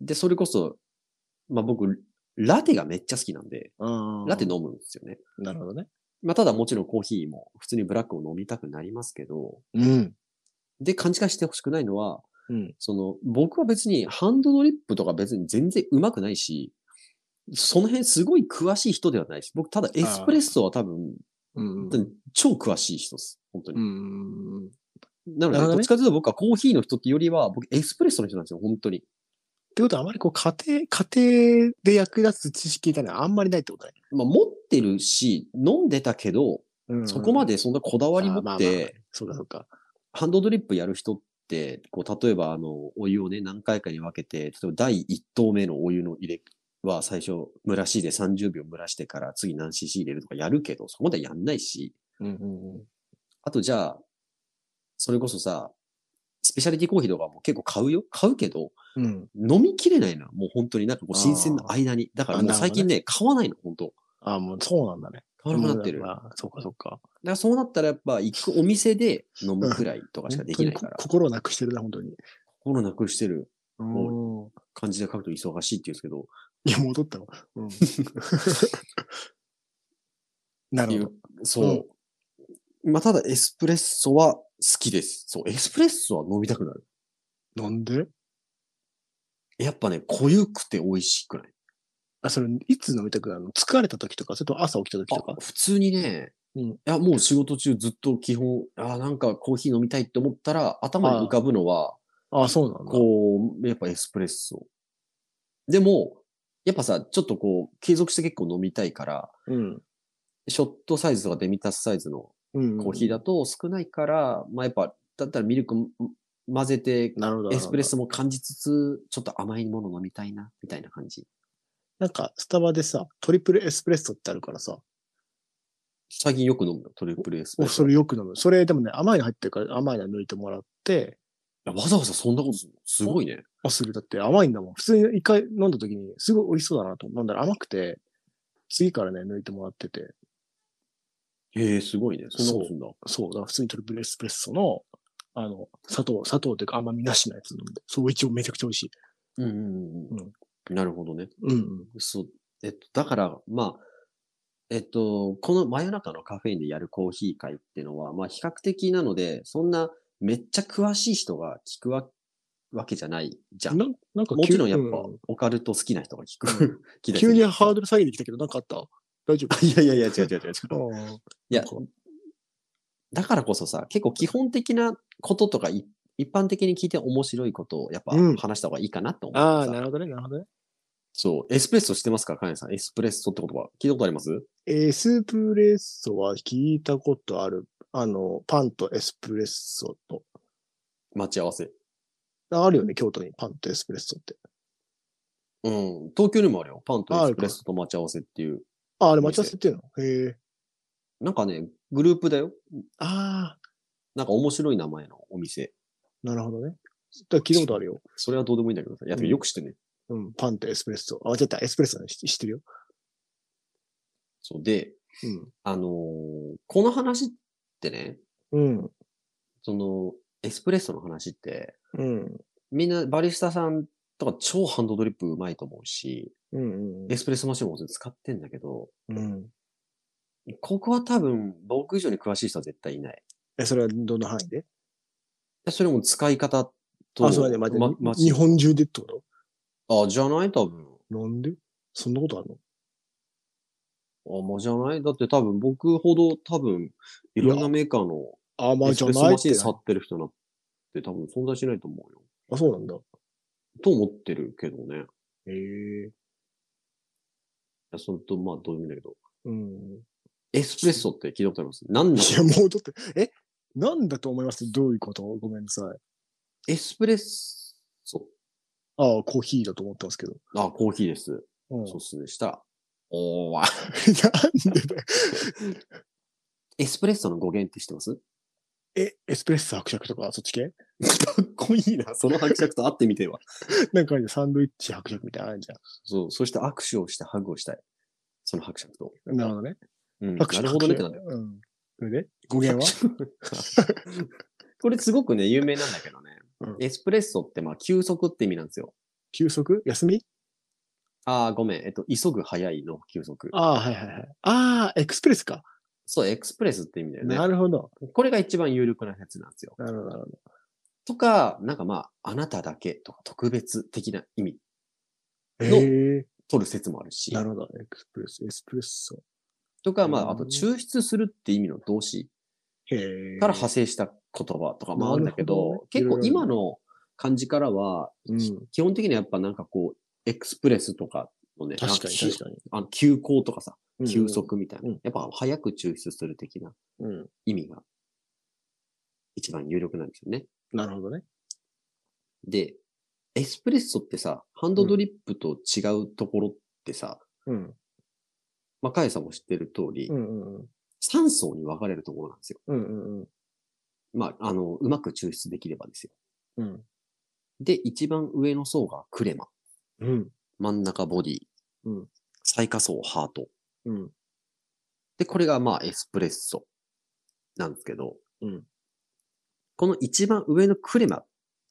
Speaker 2: で、それこそ、まあ僕、ラテがめっちゃ好きなんで、
Speaker 1: うん
Speaker 2: ラテ飲むんですよね。
Speaker 1: なるほどね。
Speaker 2: まあただもちろんコーヒーも普通にブラックを飲みたくなりますけど、
Speaker 1: うん。
Speaker 2: で、勘違いしてほしくないのは、
Speaker 1: うん。
Speaker 2: その、僕は別にハンドドリップとか別に全然うまくないし、その辺すごい詳しい人ではないし、僕ただエスプレッソは多分、
Speaker 1: うん
Speaker 2: 本当に超詳しい人です。本当
Speaker 1: う
Speaker 2: に。
Speaker 1: ん。
Speaker 2: なので、
Speaker 1: なるほ
Speaker 2: ど
Speaker 1: どね
Speaker 2: っちかというと僕はコーヒーの人ってよりは、僕エスプレッソの人なんですよ、本当に。
Speaker 1: ってことは、あまりこう、家庭、家庭で役立つ知識みたいなのはあんまりないってことだね。
Speaker 2: まあ持ってるし、飲んでたけど、
Speaker 1: うん
Speaker 2: そこまでそんなこだわり持
Speaker 1: あーまあま
Speaker 2: っ
Speaker 1: あ
Speaker 2: て、
Speaker 1: そうか、そうか。
Speaker 2: ハンドドリップやる人って、こう、例えば、あの、お湯をね、何回かに分けて、例えば第1投目のお湯の入れは最初、蒸らしで30秒蒸らしてから、次何 cc 入れるとかやるけど、そこまでやんないし、
Speaker 1: うんうんうん。
Speaker 2: あとじゃあ、それこそさ、スペシャリティコーヒーとかも結構買うよ買うけど、
Speaker 1: うん。
Speaker 2: 飲みきれないのよもう本当になんかこう新鮮な間に。だからもう
Speaker 1: あなるほどね
Speaker 2: 最近ね、買わないの、本当
Speaker 1: ああ、もうそうなんだね。
Speaker 2: 買わなくなってる。だ
Speaker 1: ま
Speaker 2: か
Speaker 1: あそうか、そうか。
Speaker 2: らそうなったらやっぱ行くお店で飲むくらいとかしかできない
Speaker 1: 本
Speaker 2: か
Speaker 1: 当
Speaker 2: ら
Speaker 1: にこ、心をなくしてるな、本当に。
Speaker 2: 心なくしてる
Speaker 1: うん。
Speaker 2: 感じで書くと忙しいって言うんですけど、
Speaker 1: いや、戻ったの。うん。 [LAUGHS] な
Speaker 2: ってい
Speaker 1: るほ
Speaker 2: う、そう。まあ、ただエスプレッソは好きです。そう、エスプレッソは飲みたくなる。
Speaker 1: ど。なんで
Speaker 2: やっぱね、濃ゆくて美味しくない。
Speaker 1: あ、それ、いつ飲みたくなるの疲れた時とか、それとも朝起きた時とか
Speaker 2: あ。普通にね、
Speaker 1: うん
Speaker 2: いや、もう仕事中ずっと基本、あーなんかコーヒー飲みたいって思ったら、頭に浮かぶのは、
Speaker 1: ああ、そうなんだ。
Speaker 2: こう、やっぱエスプレッソ。でも、やっぱさ、ちょっとこう、継続して結構飲みたいから、
Speaker 1: うん。
Speaker 2: ショットサイズとかデミタスサイズの
Speaker 1: うん。
Speaker 2: コーヒー
Speaker 1: だ。
Speaker 2: だと少ないから、まあやっぱ、だったらミルク混ぜて
Speaker 1: なるほど。
Speaker 2: エスプレッ
Speaker 1: ソ
Speaker 2: ソも感じつつ、ちょっと甘いもの飲みたいな、みたいな感じ。
Speaker 1: なんか、スタバでさ、トリプルエスプレッソってあるからさ、
Speaker 2: 最近よく飲むの、トリプルエスプレ
Speaker 1: 僕
Speaker 2: ッソ。
Speaker 1: そ
Speaker 2: い
Speaker 1: れよく飲む。それでもね、甘いの入ってるから、甘いの抜いてもらって、
Speaker 2: やわざわざそんなことするのすごいね。
Speaker 1: あ、する。だって甘いんだもん。普通に一回飲んだ時に、すごい美味しそうだなと思う飲んだら甘くて、次からね、抜いてもらってて、
Speaker 2: へえ、すごいね。そんなことするんだ。
Speaker 1: そう、だから普通にトリプルエスプレッソの、あの、砂糖、砂糖というか甘みなしのやつ飲んで、そう、一応めちゃくちゃ美味しい。
Speaker 2: うんうんうん
Speaker 1: う
Speaker 2: うん。なるほどね。
Speaker 1: うん、うん。
Speaker 2: そう。えっと、だから、まあ、えっと、この真夜中のカフェインでやるコーヒー会っていうのは、まあ、比較的なので、そんなめっちゃ詳しい人が聞くわわけじゃないじゃん。
Speaker 1: ななんか急
Speaker 2: もちろんやっぱ
Speaker 1: う、
Speaker 2: オカルト好きな人が聞 [LAUGHS] く。聞いたりする
Speaker 1: 急にハードル下げてきたけど、なんかあった大丈
Speaker 2: [LAUGHS] いやいやいや、違う違う違 [LAUGHS] う違う。
Speaker 1: 夫あー
Speaker 2: い
Speaker 1: な
Speaker 2: や
Speaker 1: んか、
Speaker 2: だからこそさ、結構基本的なこととかい一般的に聞いて面白いことをやっぱ
Speaker 1: うん
Speaker 2: 話した方がいいかなと思
Speaker 1: あ
Speaker 2: っ
Speaker 1: ー、
Speaker 2: てさ、
Speaker 1: なるほどね、なるほどね。
Speaker 2: そう、エスプレッソしてますか、カネさん。エスプレッソって言葉、聞いたことあります
Speaker 1: エスプレッソは聞いたことある。あの、パンとエスプレッソと。
Speaker 2: 待ち合わせ。
Speaker 1: ああるよね、京都にパンとエスプレッソって。
Speaker 2: うん。東京にもあるよ。パンと
Speaker 1: あ
Speaker 2: エ
Speaker 1: あ
Speaker 2: ス
Speaker 1: る
Speaker 2: プ
Speaker 1: か
Speaker 2: レッソと待ち合わせっていう。
Speaker 1: あ、あれ待ち合わせっていうのへえ。
Speaker 2: なんかね、グループだよ。
Speaker 1: ああ、
Speaker 2: なんか面白い名前のお店。
Speaker 1: なるほどね。だから聞いたことあるよ。
Speaker 2: それはどうでもいいんだけどさ。いや、でもよく知ってね。
Speaker 1: うん、パンとエスプレッソ。あ、間違った、エスプレッソの知知ってるよ。
Speaker 2: そうで、
Speaker 1: うん。
Speaker 2: あのーこの話ってね、
Speaker 1: うん。
Speaker 2: その、エスプレッソの話って、
Speaker 1: うん。
Speaker 2: みんなバリスタさんとか超ハンドドリップうまいと思うし、
Speaker 1: うん。
Speaker 2: エスプレッソマシンも使ってんだけど、
Speaker 1: うん。
Speaker 2: ここは多分僕以上に詳しい人は絶対いない。
Speaker 1: え、それはどの範囲で
Speaker 2: それも使い方と、
Speaker 1: あ、そうだね、待って、
Speaker 2: まま
Speaker 1: 日本中でってこ
Speaker 2: あ、じゃない多分。
Speaker 1: となんでそんなことあるの
Speaker 2: あ、まあ、じゃないだって多分僕ほど多分いろんなメーカーの
Speaker 1: あ、まあ
Speaker 2: エス
Speaker 1: じ
Speaker 2: プ
Speaker 1: ゃ
Speaker 2: レッソ
Speaker 1: ない
Speaker 2: マ
Speaker 1: っ
Speaker 2: シ
Speaker 1: て
Speaker 2: ン。触ってる人なんて多分存在しないと思うよ。
Speaker 1: あ、そうなんだ。
Speaker 2: と思ってるけどね。い
Speaker 1: へえ。
Speaker 2: やそれとまあどうでもいいんだけど。
Speaker 1: うん。
Speaker 2: エスプレッソって聞いたことあります何の
Speaker 1: いや、もうだって、え、なんだと思いますどういうことごめんなさい。
Speaker 2: エスプレッソ
Speaker 1: ああ、コーヒーだと思ってますけど。
Speaker 2: あ、コーヒーです。
Speaker 1: うん。 [LAUGHS]
Speaker 2: そうっすね。したら、おー [LAUGHS] わ。
Speaker 1: なんでだよ。
Speaker 2: エスプレッソの語源って知ってます
Speaker 1: え、エスプレッソ伯爵とか、そっち系 [LAUGHS]
Speaker 2: かっこいいな。その伯爵と会ってみてえわ。
Speaker 1: なんかあるじゃんサンドイッチ伯爵みたいなのあるじ
Speaker 2: [LAUGHS] そう。そして握手をしてハグをしたい。その伯爵と。
Speaker 1: ゃん。なるほどね。
Speaker 2: うん、な
Speaker 1: 伯爵
Speaker 2: るほどねってなんだよ。
Speaker 1: うん。それで語源は
Speaker 2: [LAUGHS] これすごくね、有名なんだけどね。
Speaker 1: うん
Speaker 2: エスプレッソって、まあ、休息って意味なんですよ。
Speaker 1: 休息休み
Speaker 2: ああ、ごめん。えっと、急ぐ早いの休息。
Speaker 1: ああ、はいはいはい。ああ、エクスプレスか。
Speaker 2: そう、エクスプレスって意味だよね
Speaker 1: な。るほど。
Speaker 2: これが一番有力なやつなんですよ。
Speaker 1: なるほど、なるほど。
Speaker 2: とか、なんかまあ、あなただけとか特別的な意味、の
Speaker 1: え
Speaker 2: 取る説もあるし。
Speaker 1: なるほど。エクスプレス、エスプレッソ。
Speaker 2: とか、まあ、あ
Speaker 1: う
Speaker 2: と、
Speaker 1: ん
Speaker 2: 抽出するって意味の動詞
Speaker 1: へえ。
Speaker 2: から派生した言葉とかもあるんだ
Speaker 1: な
Speaker 2: け
Speaker 1: る
Speaker 2: ど
Speaker 1: ほど、
Speaker 2: 結構
Speaker 1: いろいろ
Speaker 2: 今の漢字からは、
Speaker 1: うん。
Speaker 2: 基本的にはやっぱなんかこう、エクスプレスとかのね、
Speaker 1: 確かに
Speaker 2: なん
Speaker 1: 確かに。
Speaker 2: あの休校とかさ、
Speaker 1: うん
Speaker 2: 休。息みたいな。
Speaker 1: うん
Speaker 2: やっぱ早く抽出する的な
Speaker 1: うん。
Speaker 2: 意味が一番有力なんですよね。
Speaker 1: なるほどね。
Speaker 2: で、エスプレッソってさ、ハンドドリップと違うところってさ、
Speaker 1: うん。
Speaker 2: まあ、カエさんも知ってる通り、
Speaker 1: うんうんうん。
Speaker 2: 3層に分かれるところなんですよ。
Speaker 1: うんうんうん。
Speaker 2: まあ、あの、うまく抽出できればですよ。
Speaker 1: うん。
Speaker 2: で、一番上の層がクレマ、
Speaker 1: うん。
Speaker 2: 真ん中ボディ、
Speaker 1: うん
Speaker 2: 最下層ハート。
Speaker 1: うん。
Speaker 2: で、これがまあエスプレッソなんですけど、
Speaker 1: うん
Speaker 2: この一番上のクレマ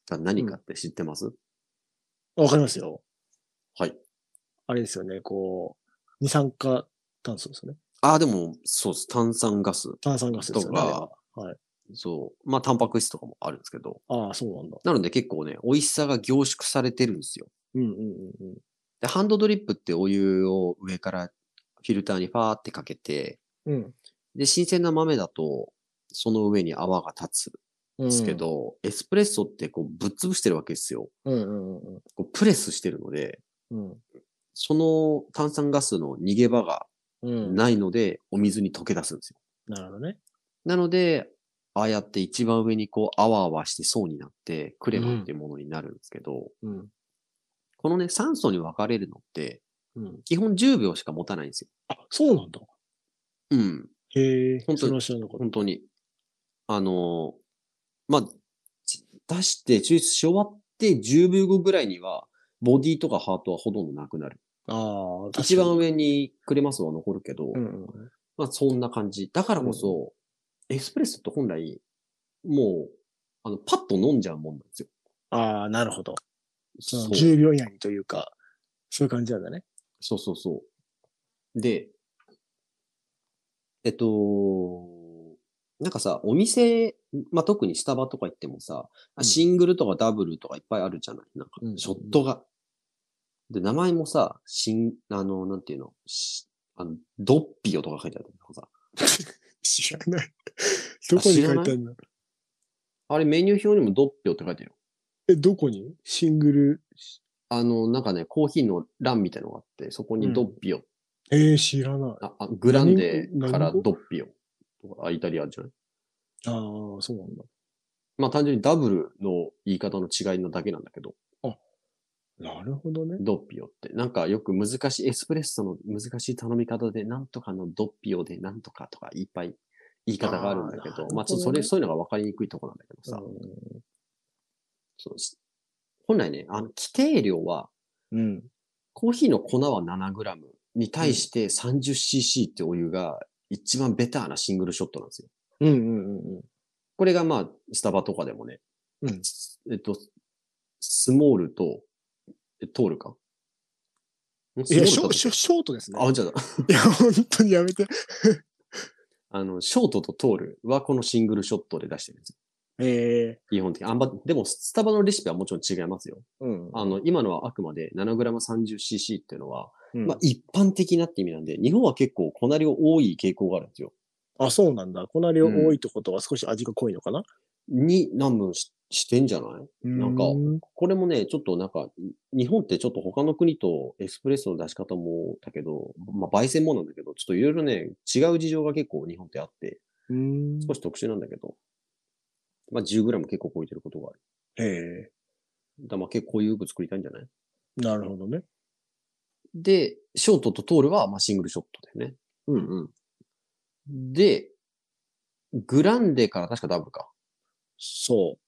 Speaker 2: が何かって知ってます、
Speaker 1: わかりますよ。
Speaker 2: はい。
Speaker 1: あれですよね。こう、二酸化炭素ですよね。
Speaker 2: ああ、でも、そうです。炭酸ガス
Speaker 1: 炭酸ガスで
Speaker 2: と
Speaker 1: すよね。あれ
Speaker 2: か
Speaker 1: は、はい。
Speaker 2: そう。まあ、タンパク質とかもあるんですけど。
Speaker 1: ああ、そうなんだ。
Speaker 2: なので結構ね、美味しさが凝縮されてるんですよ。
Speaker 1: うんうんうんうん。
Speaker 2: で、ハンドドリップってお湯を上からフィルターにファーってかけて、
Speaker 1: うん。
Speaker 2: で、新鮮な豆だと、その上に泡が立つ
Speaker 1: うんん
Speaker 2: ですけ。ど、エスプレッソってこうぶっ潰してるわけですよ。
Speaker 1: うんうんうん
Speaker 2: こうプレスしてるので、
Speaker 1: うん。
Speaker 2: その炭酸ガスの逃げ場が
Speaker 1: うん。
Speaker 2: ないので、お水に溶け出すんですよ。
Speaker 1: なるほどね。
Speaker 2: なので、ああやって一番上にこう、あわあわして層になって、クレマっていうものになるんですけど、
Speaker 1: うん。
Speaker 2: このね、酸素に分かれるのって、
Speaker 1: うん。
Speaker 2: 基本10秒しか持たないんですよ。
Speaker 1: あ、そうなんだ。
Speaker 2: うん、
Speaker 1: へえ。
Speaker 2: 本当に
Speaker 1: それは知らなかった
Speaker 2: 本当に。あのーまあ、ち出して抽出し終わって10秒後ぐらいには、ボディとかハートはほとんどなくなる。
Speaker 1: ああ、
Speaker 2: 一番。上にクレマスは残るけど、
Speaker 1: うんうん。
Speaker 2: まあそんな感じ。だからこそ、エスプレッソって本来、もう、あの、パッと飲んじゃうもんなんですよ。
Speaker 1: ああ、なるほど。その
Speaker 2: そう
Speaker 1: 10秒以内にというか、そういう感じなんだね。
Speaker 2: そうそうそう。で、えっと、なんかさ、お店、まあ、特にスタバとか行ってもさ、
Speaker 1: うん
Speaker 2: シングルとかダブルとかいっぱいあるじゃないなんか
Speaker 1: うんうんう、ん
Speaker 2: ショットが。で、名前もさ、シン、あの、なんていうの、しあのドッピオとか書いてあるなんかさ。
Speaker 1: 知らない。 [LAUGHS] どこに書いてあるの
Speaker 2: あれメニュー表にもドッピオって書いてあるよ。
Speaker 1: え、どこにシングル。
Speaker 2: あの、なんかね、コーヒーの欄みたいのがあって、そこにドッピオ、
Speaker 1: えー、知らない。
Speaker 2: ああグランデ
Speaker 1: 何語
Speaker 2: から
Speaker 1: 何語
Speaker 2: ドッピオとか、あ、イタリアンじゃない
Speaker 1: ああ、そうなんだ。
Speaker 2: まあ単純にダブルの言い方の違いなだけなんだけど、
Speaker 1: なるほどね。
Speaker 2: ドッピオって。なんかよく難しい、エスプレッソの難しい頼み方で、なんとかのドッピオでなんとかとかいっぱい言い方があるんだけ
Speaker 1: あーなるほ
Speaker 2: ど、
Speaker 1: どね
Speaker 2: まあちょっとそれ、そういうのが分かりにくいところなんだけどさ、そうし本来ね、あの、規定量は、
Speaker 1: うん。
Speaker 2: コーヒーの粉は 7g に対して 30cc ってお湯が一番ベターなシングルショットなんですよ。
Speaker 1: うんうんうんうん。
Speaker 2: これがまあ、スタバとかでもね、
Speaker 1: うん
Speaker 2: えっと、スモールと、えトールかん
Speaker 1: い
Speaker 2: スモー
Speaker 1: や、
Speaker 2: ル
Speaker 1: ショ
Speaker 2: と
Speaker 1: ショショートですね。
Speaker 2: あ、じゃあ、
Speaker 1: いや、 [LAUGHS] 本当にやめて。
Speaker 2: あの、ショートとトールはこのシングルショットで出してるんですよ。
Speaker 1: ええ
Speaker 2: 基本的に。あんま、でも、スタバのレシピはもちろん違いますよ。
Speaker 1: うん。
Speaker 2: あの、今のはあくまで 7g30cc っていうのは、
Speaker 1: うん
Speaker 2: まあ、一般的なって意味なんで、日本は結構粉量多い傾向があるんですよ。
Speaker 1: あ、そうなんだ。粉量多いってことは少し味が濃いのかな、
Speaker 2: に、何分ししてんじゃないなんか
Speaker 1: うー
Speaker 2: これもね、ちょっとなんか、日本ってちょっと他の国とエスプレッソの出し方もだけど、まあ、焙煎もなんだけど、ちょっといろいろね、違う事情が結構日本ってあって、
Speaker 1: うーん。
Speaker 2: 少し特殊なんだけど、まあ、10g 結構超えてることがある。
Speaker 1: ええ
Speaker 2: だからまあ結構よく作りたいんじゃない
Speaker 1: なるほどね。
Speaker 2: で、ショートとトールはまあシングルショットだよね。
Speaker 1: うんうん。
Speaker 2: で、グランデから確かダブルか。
Speaker 1: そう。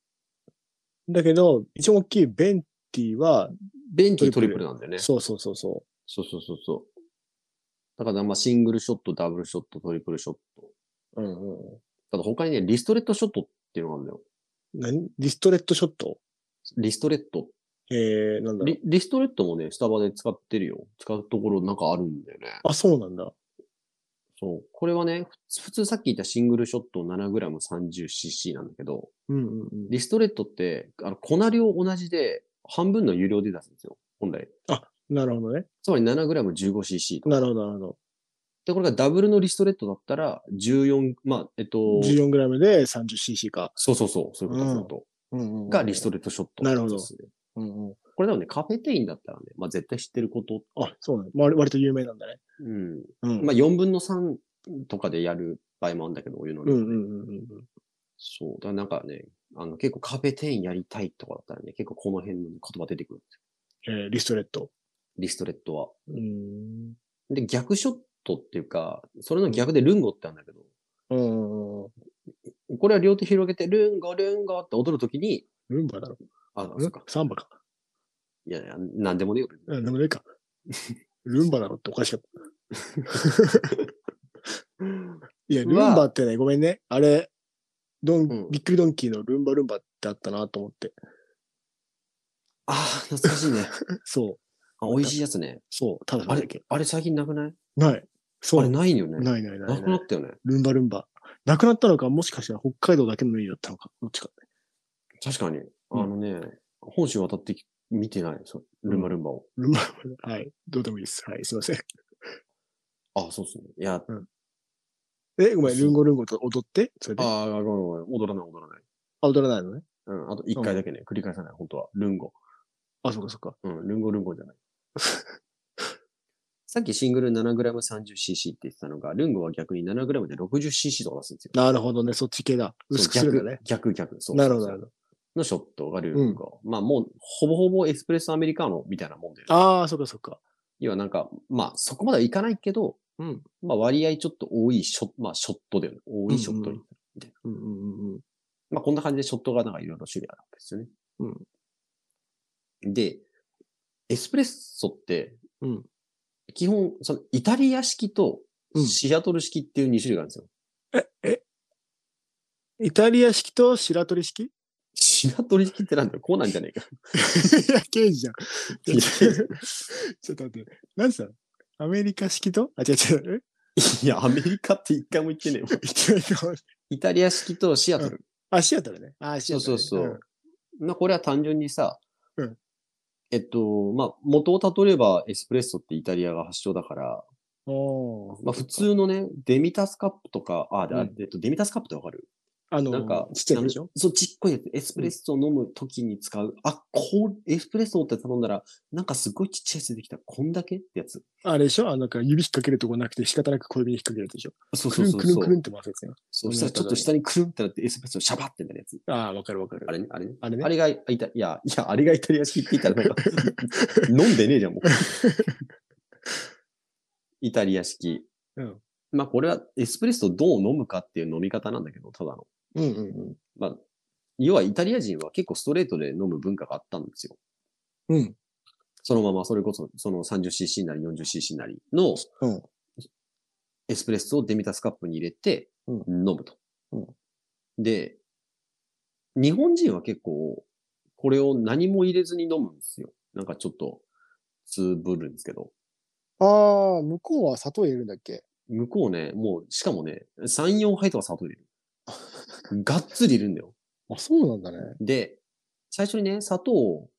Speaker 1: だけど、一番大きいベンティは、
Speaker 2: ベンティ
Speaker 1: ト
Speaker 2: ト
Speaker 1: リ
Speaker 2: リ
Speaker 1: プ
Speaker 2: プ
Speaker 1: ル
Speaker 2: ルなんだよね。
Speaker 1: そうそうそうそう。
Speaker 2: そうそうそうそう。だから、まあ、シングルショット、ダブルショット、トリプルショット。
Speaker 1: うんうん。
Speaker 2: ただ、他にね、リストレットショットっていうのがあるんだよ。
Speaker 1: 何リストレットショット
Speaker 2: リストレット。
Speaker 1: えー、なんだろう
Speaker 2: リリストレットもね、スタバで使ってるよ。使うところなんかあるんだよね。
Speaker 1: あ、そうなんだ。
Speaker 2: そう。これはね、ふ普通さっき言ったシングルショット 7g30cc なんだけど、
Speaker 1: うんうんうん。
Speaker 2: リストレットって、あの、粉量同じで、半分の有料で出すんですよ。本来。
Speaker 1: なるほどね。
Speaker 2: つまり 7g15cc と。
Speaker 1: なるほど、なるほ
Speaker 2: で、これがダブルのリストレットだったら、14、まあ、えっ
Speaker 1: ど。、
Speaker 2: と
Speaker 1: 14g で 30cc か。
Speaker 2: そうそうそう、そういうこと、そういうこ
Speaker 1: うんうんうん
Speaker 2: と。がリストレットショット、
Speaker 1: なるほど
Speaker 2: ですね
Speaker 1: うんうん。
Speaker 2: これでもね、カフェテインだったらね、まあ絶対知ってること。
Speaker 1: あ、そうなんだ。まあ割割と有名なんだね。
Speaker 2: うん。
Speaker 1: うん。
Speaker 2: まあ4分の3とかでやる場合もあるんだけど、お湯の
Speaker 1: う
Speaker 2: ね。
Speaker 1: んうんうんうんうん。
Speaker 2: そう。だからなんかね、あの、結構カフェテインやりたいとかだったらね、結構この辺の言葉出てくるんですよ。
Speaker 1: えー、リストレット。
Speaker 2: リストレットは。
Speaker 1: うーん。
Speaker 2: で、逆ショットっていうか、それの逆でルンゴってあるんだけど、
Speaker 1: うんうんうん。
Speaker 2: これは両手広げて、ルンゴ、ルンゴって踊るときに、
Speaker 1: ルンバだろ。
Speaker 2: あ、
Speaker 1: う
Speaker 2: そ
Speaker 1: ん
Speaker 2: っか。
Speaker 1: サン
Speaker 2: [LAUGHS]
Speaker 1: バか。
Speaker 2: いやいや、なんでもねえよ。
Speaker 1: うん、でも
Speaker 2: [LAUGHS]
Speaker 1: ねえか。ルンバだろっておかしかった。いや、ルンバってね、ごめんね。あれ、ド
Speaker 2: う
Speaker 1: ン、
Speaker 2: ん
Speaker 1: びっくりドンキーのルンバルンバってあったなと思って。
Speaker 2: ああ、懐かしいね。
Speaker 1: そう、
Speaker 2: あ美味しいやつ
Speaker 1: [LAUGHS]
Speaker 2: ね。
Speaker 1: そう、ただそ
Speaker 2: あ
Speaker 1: れ
Speaker 2: れ
Speaker 1: だけ。、
Speaker 2: あれ最近なくない
Speaker 1: ない。
Speaker 2: あ
Speaker 1: そ
Speaker 2: れ
Speaker 1: う。
Speaker 2: ないよね。
Speaker 1: ないないな
Speaker 2: ないくな
Speaker 1: ない。
Speaker 2: ったよね。
Speaker 1: ルンバルンバ。なくなったのか、もしかしたら北海道だけのメニューだったのか、どっちか。
Speaker 2: 確かに。あのね、本州渡ってき見てない。そうルンバルンバを。
Speaker 1: ルンバルンバ。はい。どうでもいいです。はい、すいません。
Speaker 2: あ、そうっすね。いや、
Speaker 1: え、ごめん、
Speaker 2: そう
Speaker 1: ルンゴルンゴと踊って、それで。あ、
Speaker 2: ああ、ごめんごめん。踊らない、踊らない。
Speaker 1: 踊らないのね。
Speaker 2: うん、あと一回だけね、繰り返さない、本当は。ルンゴ。
Speaker 1: あ、そっかそっか。
Speaker 2: うん、ルンゴルンゴじゃない。 [LAUGHS] さっきシングル 7g30cc って言ってたのが、ルンゴは逆に 7g で 60cc とか出すんですよ。
Speaker 1: なるほどね、そっち系だ。薄くするんだね。
Speaker 2: そう逆、逆、逆。そう
Speaker 1: なるほど、
Speaker 2: そ
Speaker 1: な
Speaker 2: う
Speaker 1: る
Speaker 2: そう
Speaker 1: ほど。
Speaker 2: のショットがルンゴ。まあもう、ほぼほぼエスプレッソアメリカーノみたいなもんで、
Speaker 1: ああ、そっかそっか。
Speaker 2: 要はなんか、まあそこまではいかないけど、
Speaker 1: うん。
Speaker 2: まあ割合ちょっと多いショット、まあショットだよね。多いショットに。
Speaker 1: うんうんうんうん。
Speaker 2: まあこんな感じでショットがなんかいろいろ種類あるわけですよね。うん。で、エスプレッソって、
Speaker 1: うん。
Speaker 2: 基本、そのイタリア式と
Speaker 1: うん
Speaker 2: シアトル式っていう2種類があるんですよ。
Speaker 1: え、えイタリア式と白鳥式 [LAUGHS] い
Speaker 2: シアトル式ってなんだよ。こうなんじゃねえか。
Speaker 1: や、刑 [LAUGHS] 事じゃん。
Speaker 2: いや
Speaker 1: ちょっと待って。何さ、アメリカ式とあ、違う違う。
Speaker 2: [LAUGHS] いや、アメリカって一回も言ってねえよ。
Speaker 1: えイタリア
Speaker 2: [LAUGHS] イタリア式とシアトル。
Speaker 1: あ、シアトルね。あ、シ
Speaker 2: そ
Speaker 1: ア
Speaker 2: う
Speaker 1: ト
Speaker 2: そ
Speaker 1: ル、
Speaker 2: う
Speaker 1: ね。
Speaker 2: そう。まあ、これは単純にさ、
Speaker 1: うん
Speaker 2: えっと、まあ、元を例えばエスプレッソってイタリアが発祥だから、
Speaker 1: うん。おー
Speaker 2: まあ、普。通のね、デミタスカップとか、あ、であ
Speaker 1: うん
Speaker 2: えっと、デミタスカップってわかる
Speaker 1: あの、
Speaker 2: なんか
Speaker 1: ちっちゃいでしょ
Speaker 2: そう、ちっこいやつ。エスプレッソを飲むときに使う。あ、こう、エスプレッソって頼んだら、なんかすごいちっちゃいやつ出てきた。こんだけってやつ。
Speaker 1: あれでしょあの、なんか指引っ掛けるとこなくて仕方なく小指に引っ掛けるやつでしょ
Speaker 2: そう
Speaker 1: く
Speaker 2: そう
Speaker 1: るん
Speaker 2: そう
Speaker 1: くるん
Speaker 2: そ
Speaker 1: くるん
Speaker 2: う。
Speaker 1: って回すやつね。
Speaker 2: そうしたらちょっと下にくるんってなってエスプレッソシャバってなるやつ。
Speaker 1: ああ、わかるわかる。
Speaker 2: あれね、あれね。
Speaker 1: あれね
Speaker 2: あれがイタ、いや、いや、あれがイタリア式って言ったら [LAUGHS] なんか、飲んでねえじゃん、もう。 [LAUGHS] イタリア式。
Speaker 1: うん
Speaker 2: まあ、これはエスプレッソをどう飲むかっていう飲み方なんだけど、ただの。
Speaker 1: うんうん
Speaker 2: まあ、要はイタリア人は結構ストレートで飲む文化があったんですよ。
Speaker 1: うん。うん。
Speaker 2: そのまま、それこそ、その 30cc なり 40cc なりの
Speaker 1: うん。
Speaker 2: エスプレッソをデミタスカップに入れて
Speaker 1: うん
Speaker 2: 飲むと。
Speaker 1: うん
Speaker 2: で、日本人は結構、これを何も入れずに飲むんですよ。なんかちょっと、つぶるんですけど。
Speaker 1: ああ、向こうは砂糖入れるんだっけ
Speaker 2: 向こうね、もう、しかもね、3、4杯とか砂糖入れ
Speaker 1: [LAUGHS]
Speaker 2: る。がっつり入れるんだよ。
Speaker 1: あ、そうなんだね。
Speaker 2: で、最初にね、砂糖を、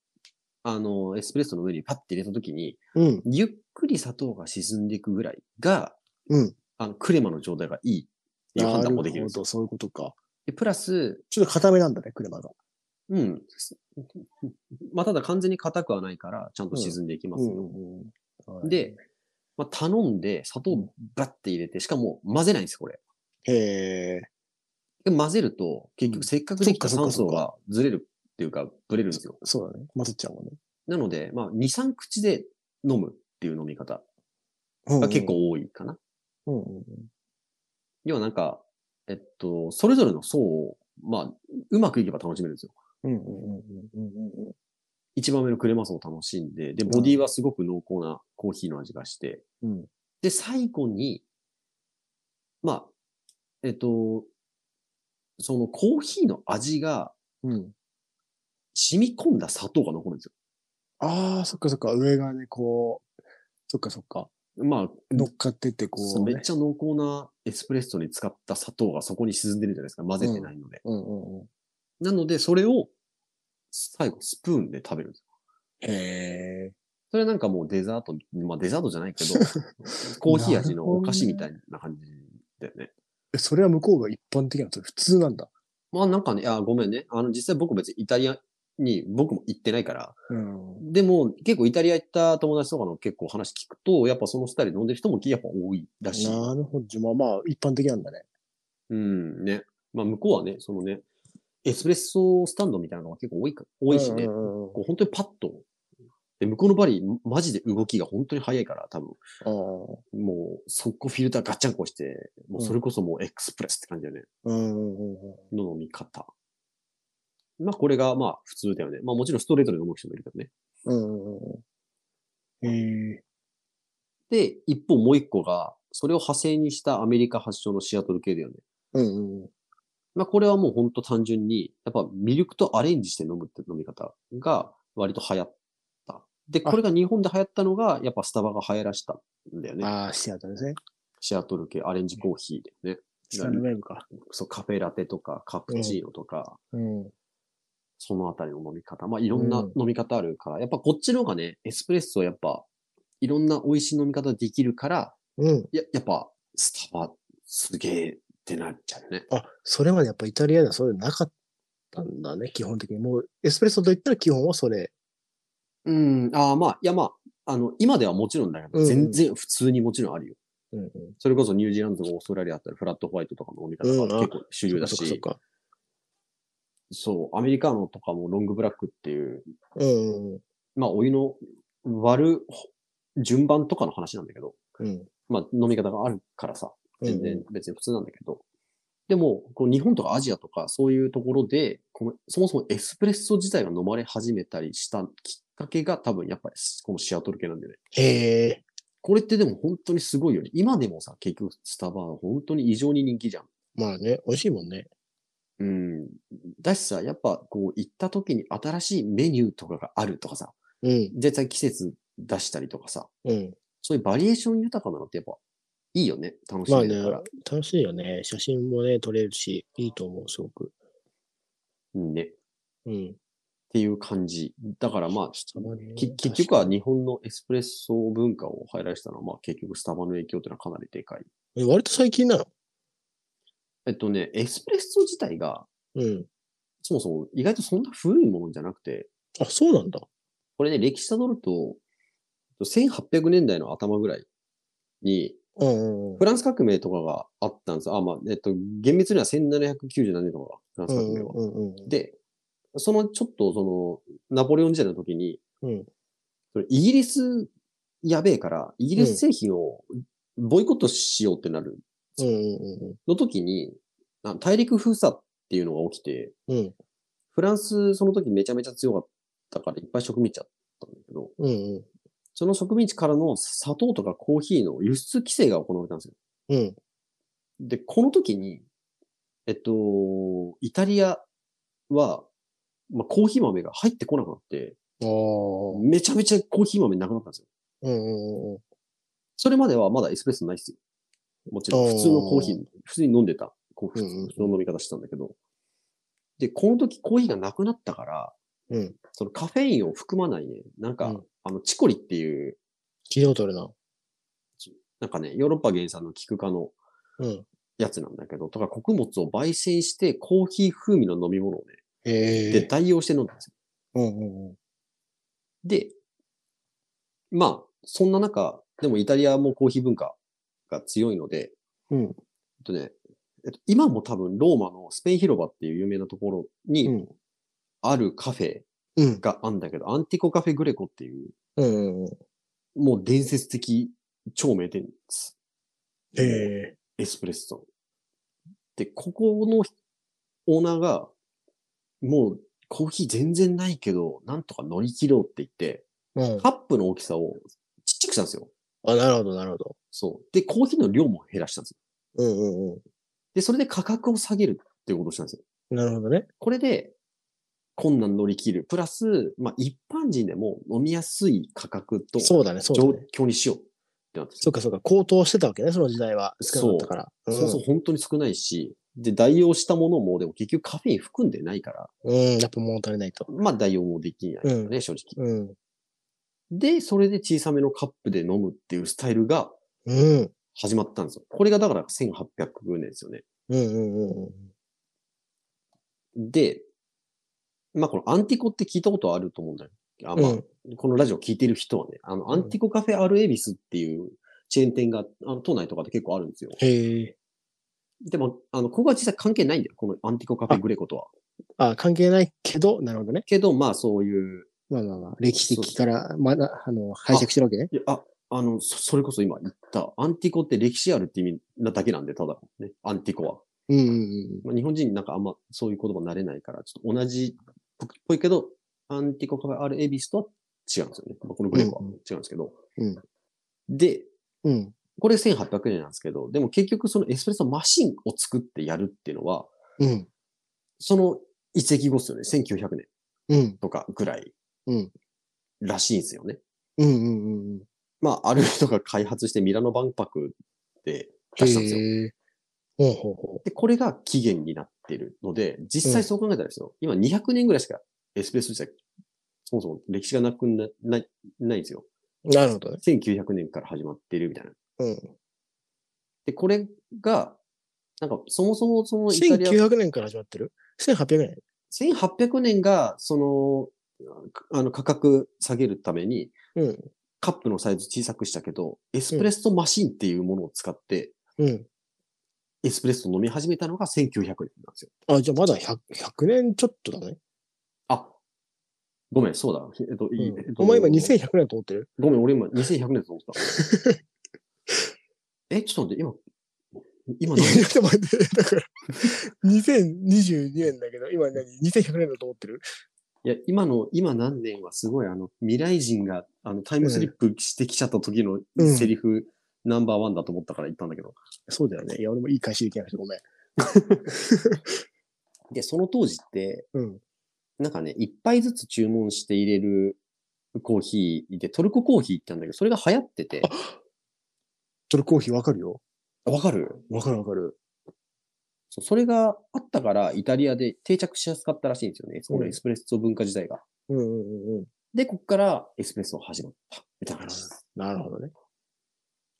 Speaker 2: あの、エスプレッソの上にパッて入れたときに、
Speaker 1: うん。
Speaker 2: ゆっくり砂糖が沈んでいくぐらいが、
Speaker 1: うん
Speaker 2: あの、クレマの状態がいいっていう判断もできる
Speaker 1: な
Speaker 2: んです
Speaker 1: ほ
Speaker 2: よ。
Speaker 1: ど、そういうことか。
Speaker 2: でプラス、
Speaker 1: ちょっと固めなんだね、車が。
Speaker 2: うん。 [LAUGHS] まあ、ただ完全に硬くはないから、ちゃんと沈んでいきますよ。
Speaker 1: んうんはい
Speaker 2: で、まあ、頼んで、砂糖をバッて入れて、しかも混ぜないんです、これ。
Speaker 1: へえ。
Speaker 2: で混ぜると、結
Speaker 1: うん
Speaker 2: 局せっかくできた
Speaker 1: そっか
Speaker 2: 酸
Speaker 1: そっ
Speaker 2: 素
Speaker 1: か
Speaker 2: がずれるっていうか、ぶれるんですよ。
Speaker 1: そうだね。混ざっちゃうもんね。
Speaker 2: なので、まあ、2、3口で飲むっていう飲み方
Speaker 1: うんう
Speaker 2: が
Speaker 1: ん
Speaker 2: 結。構多いかな。
Speaker 1: うんうんうん
Speaker 2: 要はなんか、えっと、それぞれの層をまあ、うまくいけば楽しめるんですよ。
Speaker 1: うんうんうんうんうんうん。
Speaker 2: 一番目のクレマソンを楽しんで、で、ボディはすごく濃厚なコーヒーの味がして、
Speaker 1: うん
Speaker 2: で、最後に、まあ、えっと、そのコーヒーの味が
Speaker 1: うん。
Speaker 2: 染み込んだ砂糖が残るんです
Speaker 1: ああ、そっかそっか。上がね、こう、そっかそっか。
Speaker 2: よ。まあ、
Speaker 1: 乗っかってって、こ
Speaker 2: そう
Speaker 1: う、
Speaker 2: め
Speaker 1: ね。
Speaker 2: っちゃ濃厚なエスプレッソに使った砂糖がそこに沈んでるじゃないですか。混ぜてないので。
Speaker 1: うんうんうん。
Speaker 2: なので、それを最後スプーンで食べるんですよ。
Speaker 1: へえ。
Speaker 2: それなんかもうデザート、まあデザートじゃな
Speaker 1: [LAUGHS]
Speaker 2: いけど、コーヒー味のお菓子みたいな感じだよね。
Speaker 1: えそれは向こうが一般的なのそれ普通なんだ。
Speaker 2: まあなんかね、あごめんね。あの、実際僕別にイタリアに僕も行ってないから。
Speaker 1: うん。
Speaker 2: でも結構イタリア行った友達とかの結構話聞くと、やっぱそのスタイルで飲んでる人もやっぱ多いらしい。
Speaker 1: なるほど。じゃあまあまあ、一般的なんだね。
Speaker 2: うん、ね。まあ向こうはね、そのね、エスプレッソスタンドみたいなのが結構多いか、多いしね。
Speaker 1: うんうんうん
Speaker 2: こう本当にパッと。で、向こうのバリ、マジで動きが本当に早いから、多分。もう、速攻フィルターガッチャンコして、もうそれこそもうエクスプレスって感じだよね。
Speaker 1: うんうんうんうん。
Speaker 2: の飲み方。まあこれがまあ普通だよね。まあもちろんストレートで飲む人もいるけどね。
Speaker 1: うんうんうん。へえ。
Speaker 2: で、一方もう一個が、それを派生にしたアメリカ発祥のシアトル系だよね。
Speaker 1: うんうんうん。
Speaker 2: まあこれはもうほんと単純に、やっぱミルクとアレンジして飲むって飲み方が割と流行った。で、これが日本で流行ったのが、やっぱスタバが流行らしたんだよね。
Speaker 1: ああ、シアトルですね。
Speaker 2: シアトル系アレンジコーヒーでね。
Speaker 1: シアトルウェブか。
Speaker 2: そう、カフェラテとかカプチーノとか、
Speaker 1: うん。
Speaker 2: そのあたりの飲み方。まあ、いろんな
Speaker 1: うん
Speaker 2: 飲み方あるから、やっぱこっちの方がね、エスプレッソはやっぱ、いろんな美味しい飲み方できるから、
Speaker 1: うん。
Speaker 2: ややっぱ、スタバ、すげえってなっちゃうね。
Speaker 1: あ、それまでやっぱイタリアではそういうのなかったんだね、基本的に。もう、エスプレッソといったら基本はそれ。
Speaker 2: うん、ああ、まあ、いやまあ、あの、今ではもちろんだけど、
Speaker 1: うん
Speaker 2: 全然普通にもちろんあるよ。
Speaker 1: うんうん。
Speaker 2: それこそニュージーランドとかオーストラリアだったら、フラットホワイトとかの飲み方
Speaker 1: うん
Speaker 2: が
Speaker 1: あ
Speaker 2: 結構主流だ
Speaker 1: そっかそっ
Speaker 2: し、
Speaker 1: か。
Speaker 2: そう、アメリカノとかもロングブラックっていう、
Speaker 1: うんうん
Speaker 2: まあ、お湯の割る順番とかの話なんだけど、
Speaker 1: うん。うん
Speaker 2: まあ、飲み方があるからさ、
Speaker 1: うん
Speaker 2: 全然別に普通なんだけど。でも、こう日本とかアジアとかそういうところで、このそもそもエスプレッソ自体が飲まれ始めたりしたきっかけが多分やっぱりこのシアトル系なんだよね。
Speaker 1: へえ。
Speaker 2: これってでも本当にすごいよね。今でもさ、結局スタバは本当に異常に人気じゃん。
Speaker 1: まあね、美味しいもんね。
Speaker 2: うん。だしさ、やっぱこう行った時に新しいメニューとかがあるとかさ、
Speaker 1: うん。
Speaker 2: 絶対季節出したりとかさ、
Speaker 1: うん。
Speaker 2: そういうバリエーション豊かなのってやっぱいいよね。楽し
Speaker 1: まあ
Speaker 2: み
Speaker 1: ね
Speaker 2: だから。、
Speaker 1: 楽しいよね。写真もね、撮れるし、いいと思う、すごく。
Speaker 2: うんね。
Speaker 1: うん。
Speaker 2: っていう感じ。だからまあ、
Speaker 1: スタバね
Speaker 2: き結局は日本のエスプレッソ文化を入らしたのは、まあ結局スタバの影響というのはかなりでかい。
Speaker 1: え割と最近なの。
Speaker 2: えっとね、エスプレッソ自体が、
Speaker 1: うん。
Speaker 2: そもそも意外とそんな古いものじゃなくて、
Speaker 1: あ、そうなんだ。
Speaker 2: これね、歴史たどると、1800年代の頭ぐらいに、
Speaker 1: うんうんうん
Speaker 2: フ。ランス革命とかがあったんですよ。あ、まあ、えっと、厳密には1797年とか
Speaker 1: う
Speaker 2: が、フランス
Speaker 1: ん
Speaker 2: 革
Speaker 1: う
Speaker 2: 命
Speaker 1: ん
Speaker 2: は。
Speaker 1: うんうん。
Speaker 2: で、そのちょっとその、ナポレオン時代の時に、
Speaker 1: うん
Speaker 2: それイギリスやべえから、イギリス製品をボイコットしようってなる
Speaker 1: うんうん
Speaker 2: の時に、あ大陸封鎖っていうのが起きて、
Speaker 1: うんうん。
Speaker 2: フランスその時めちゃめちゃ強かったからいっぱい植民地あったんだけど、
Speaker 1: うんうん
Speaker 2: その植民地からの砂糖とかコーヒーの輸出規制が行われたんですよ。
Speaker 1: うん。
Speaker 2: で、この時に、えっと、イタリアは、まあ、コーヒー豆が入ってこなくなって、
Speaker 1: ああ。
Speaker 2: めちゃめちゃコーヒー豆なくなったんですよ。
Speaker 1: うんうんうん。
Speaker 2: それまではまだエスプレッソないっすよ。もちろ
Speaker 1: あ
Speaker 2: ん、
Speaker 1: ー
Speaker 2: 普通のコーヒー、普通に飲んでた。こう普
Speaker 1: うんうんうん
Speaker 2: 通の飲み方してたんだけど。で、この時コーヒーがなくなったから、
Speaker 1: うん
Speaker 2: そのカフェインを含まないね、なんか、
Speaker 1: うん
Speaker 2: あの、チコリっていう、
Speaker 1: 聞いたことあるな。
Speaker 2: なんかね、ヨーロッパ原産の菊科の
Speaker 1: うん。
Speaker 2: やつなんだけど、とか穀物を焙煎してコーヒー風味の飲み物をね、
Speaker 1: へえ。
Speaker 2: で、代用して飲んだんですよ。
Speaker 1: うんうんうん。
Speaker 2: で、まあ、そんな中、でもイタリアもコーヒー文化が強いので、
Speaker 1: うん。
Speaker 2: えっとね、えっと、今も多分ローマのスペイン広場っていう有名なところ
Speaker 1: う
Speaker 2: に
Speaker 1: ん。
Speaker 2: あるカフェ
Speaker 1: うん。
Speaker 2: があるんだけど、アンティコカフェグレコっていう、
Speaker 1: うんうん。
Speaker 2: もう伝説的超名店です。
Speaker 1: へえ。
Speaker 2: エスプレッソ。で、ここのオーナーが、もうコーヒー全然ないけど、なんとか乗り切ろうって言って、
Speaker 1: うん。
Speaker 2: カップの大きさをちっちゃくしたんですよ。
Speaker 1: あ、なるほど、なるほど。
Speaker 2: そう。で、コーヒーの量も減らしたんですよ。
Speaker 1: うんうんう
Speaker 2: で、それで価格を下げるっていうことをしたんですよ。
Speaker 1: ん。なるほどね。
Speaker 2: これで、困難乗り切る。プラス、まあ、一般人でも飲みやすい価格と
Speaker 1: そうだね、そうだ
Speaker 2: 状
Speaker 1: ね。
Speaker 2: 況にしようってなったんですよ
Speaker 1: そうかそうか、高騰してたわけね、その時代は。少なかったから。
Speaker 2: そうそう、本当に少ないし、で、代用したものも、でも結局カフェイン含んでないから、
Speaker 1: うん。うん、やっぱ物足りないと。
Speaker 2: まあ代用もできないよね、正直。
Speaker 1: うん。
Speaker 2: で、それで小さめのカップで飲むっていうスタイルが
Speaker 1: うん。
Speaker 2: 始まったんですよ。これがだから1800年ですよね。
Speaker 1: うんうんうんうん。
Speaker 2: で、まあこのアンティコって聞いたことあると思うんだよ。あまあ
Speaker 1: うん
Speaker 2: このラジオ聞いてる人はね、あの、
Speaker 1: ん
Speaker 2: アンティコカフェアルエビスっていうチェーン店が、あの、都内とかで結構あるんですよ。
Speaker 1: へえ。
Speaker 2: でも、あの、ここは実際関係ないんだよ。このアンティコカフェグレコとは。
Speaker 1: あ、関係ないけど、なるほどね。
Speaker 2: けど、まあそういう、
Speaker 1: まあまあまあ、歴史的から、まだ、あの、拝借してるわけね。
Speaker 2: いや、あ、あの、そそれこそ今言った、アンティコって歴史あるって意味なだけなんで、ただ、ね、アンティコは。
Speaker 1: うんうんうん。
Speaker 2: まあ、日本人なんかあんまそういう言葉慣れないから、ちょっと同じっぽいけど、アンティコカフェアルエビスとは違うんですよね。まあ、このグレープは
Speaker 1: うんうん
Speaker 2: 違うんですけど。
Speaker 1: うん
Speaker 2: で、
Speaker 1: うん。
Speaker 2: これ1800円なんですけど、でも結局そのエスプレッソマシンを作ってやるっていうのは、
Speaker 1: うん。
Speaker 2: その一世紀後っすよね。1900年
Speaker 1: うん。
Speaker 2: とかぐらい
Speaker 1: うん。
Speaker 2: らしいんですよね。
Speaker 1: うんうんうんうん。
Speaker 2: まあ、ある人が開発してミラノ万博で出したんですよ。
Speaker 1: へえ。ほうほうほ
Speaker 2: で、これが起源になってるので、実際そう考えたらですよ、今200年ぐらいしかエスプレッソ自体、そもそも歴史がなくな、ない、ないんですよ。
Speaker 1: う。なるほどね。
Speaker 2: 1900年から始まってるみたいな。
Speaker 1: うん。
Speaker 2: で、これが、なんか、そもそもそのイタリア、
Speaker 1: 1900年から始まってる ?1800 年。
Speaker 2: 1800年が、その、かあの、価格下げるために、
Speaker 1: うん。
Speaker 2: カップのサイズ小さくしたけど、エスプレッソマシンっていうものを使って、
Speaker 1: うん。
Speaker 2: エスプレッソを飲み始めたのが1900年なんですよ。
Speaker 1: あ、じゃあまだ 100, 100年ちょっとだね。
Speaker 2: あ、ごめん、そうだ。えっと、
Speaker 1: う
Speaker 2: いい
Speaker 1: ん
Speaker 2: えっと
Speaker 1: お前今2100年と思ってる
Speaker 2: ごめん、俺今2100年と思ってた。
Speaker 1: [LAUGHS]
Speaker 2: え、ちょっと待って、今、今
Speaker 1: いや、
Speaker 2: 何
Speaker 1: ちょっと待って、 [LAUGHS] だから、2022年だけど、今何 ?2100 年だと思ってる
Speaker 2: いや、今の、今何年はすごい、あの、未来人が、あの、タイムスリップしてきちゃった時の
Speaker 1: うん
Speaker 2: セリフ、ナンバーワンだと思ったから言ったんだけど。
Speaker 1: そうだよね。いや、俺もいい返しできなくてごめん。
Speaker 2: で、その当時って、
Speaker 1: うん。
Speaker 2: なんかね、一杯ずつ注文して入れるコーヒーで、トルココーヒーって言ったんだけど、それが流行ってて。
Speaker 1: トルコーヒーわかるよ。
Speaker 2: あわかる
Speaker 1: わかるわかる。
Speaker 2: そうそれがあったから、イタリアで定着しやすかったらしいんですよね。こ
Speaker 1: う
Speaker 2: の
Speaker 1: ん
Speaker 2: エスプレッソ文化自体が。
Speaker 1: うんうんうんうん。
Speaker 2: で、こっからエスプレッソ始まった。みたいな感じです。
Speaker 1: なるほどね。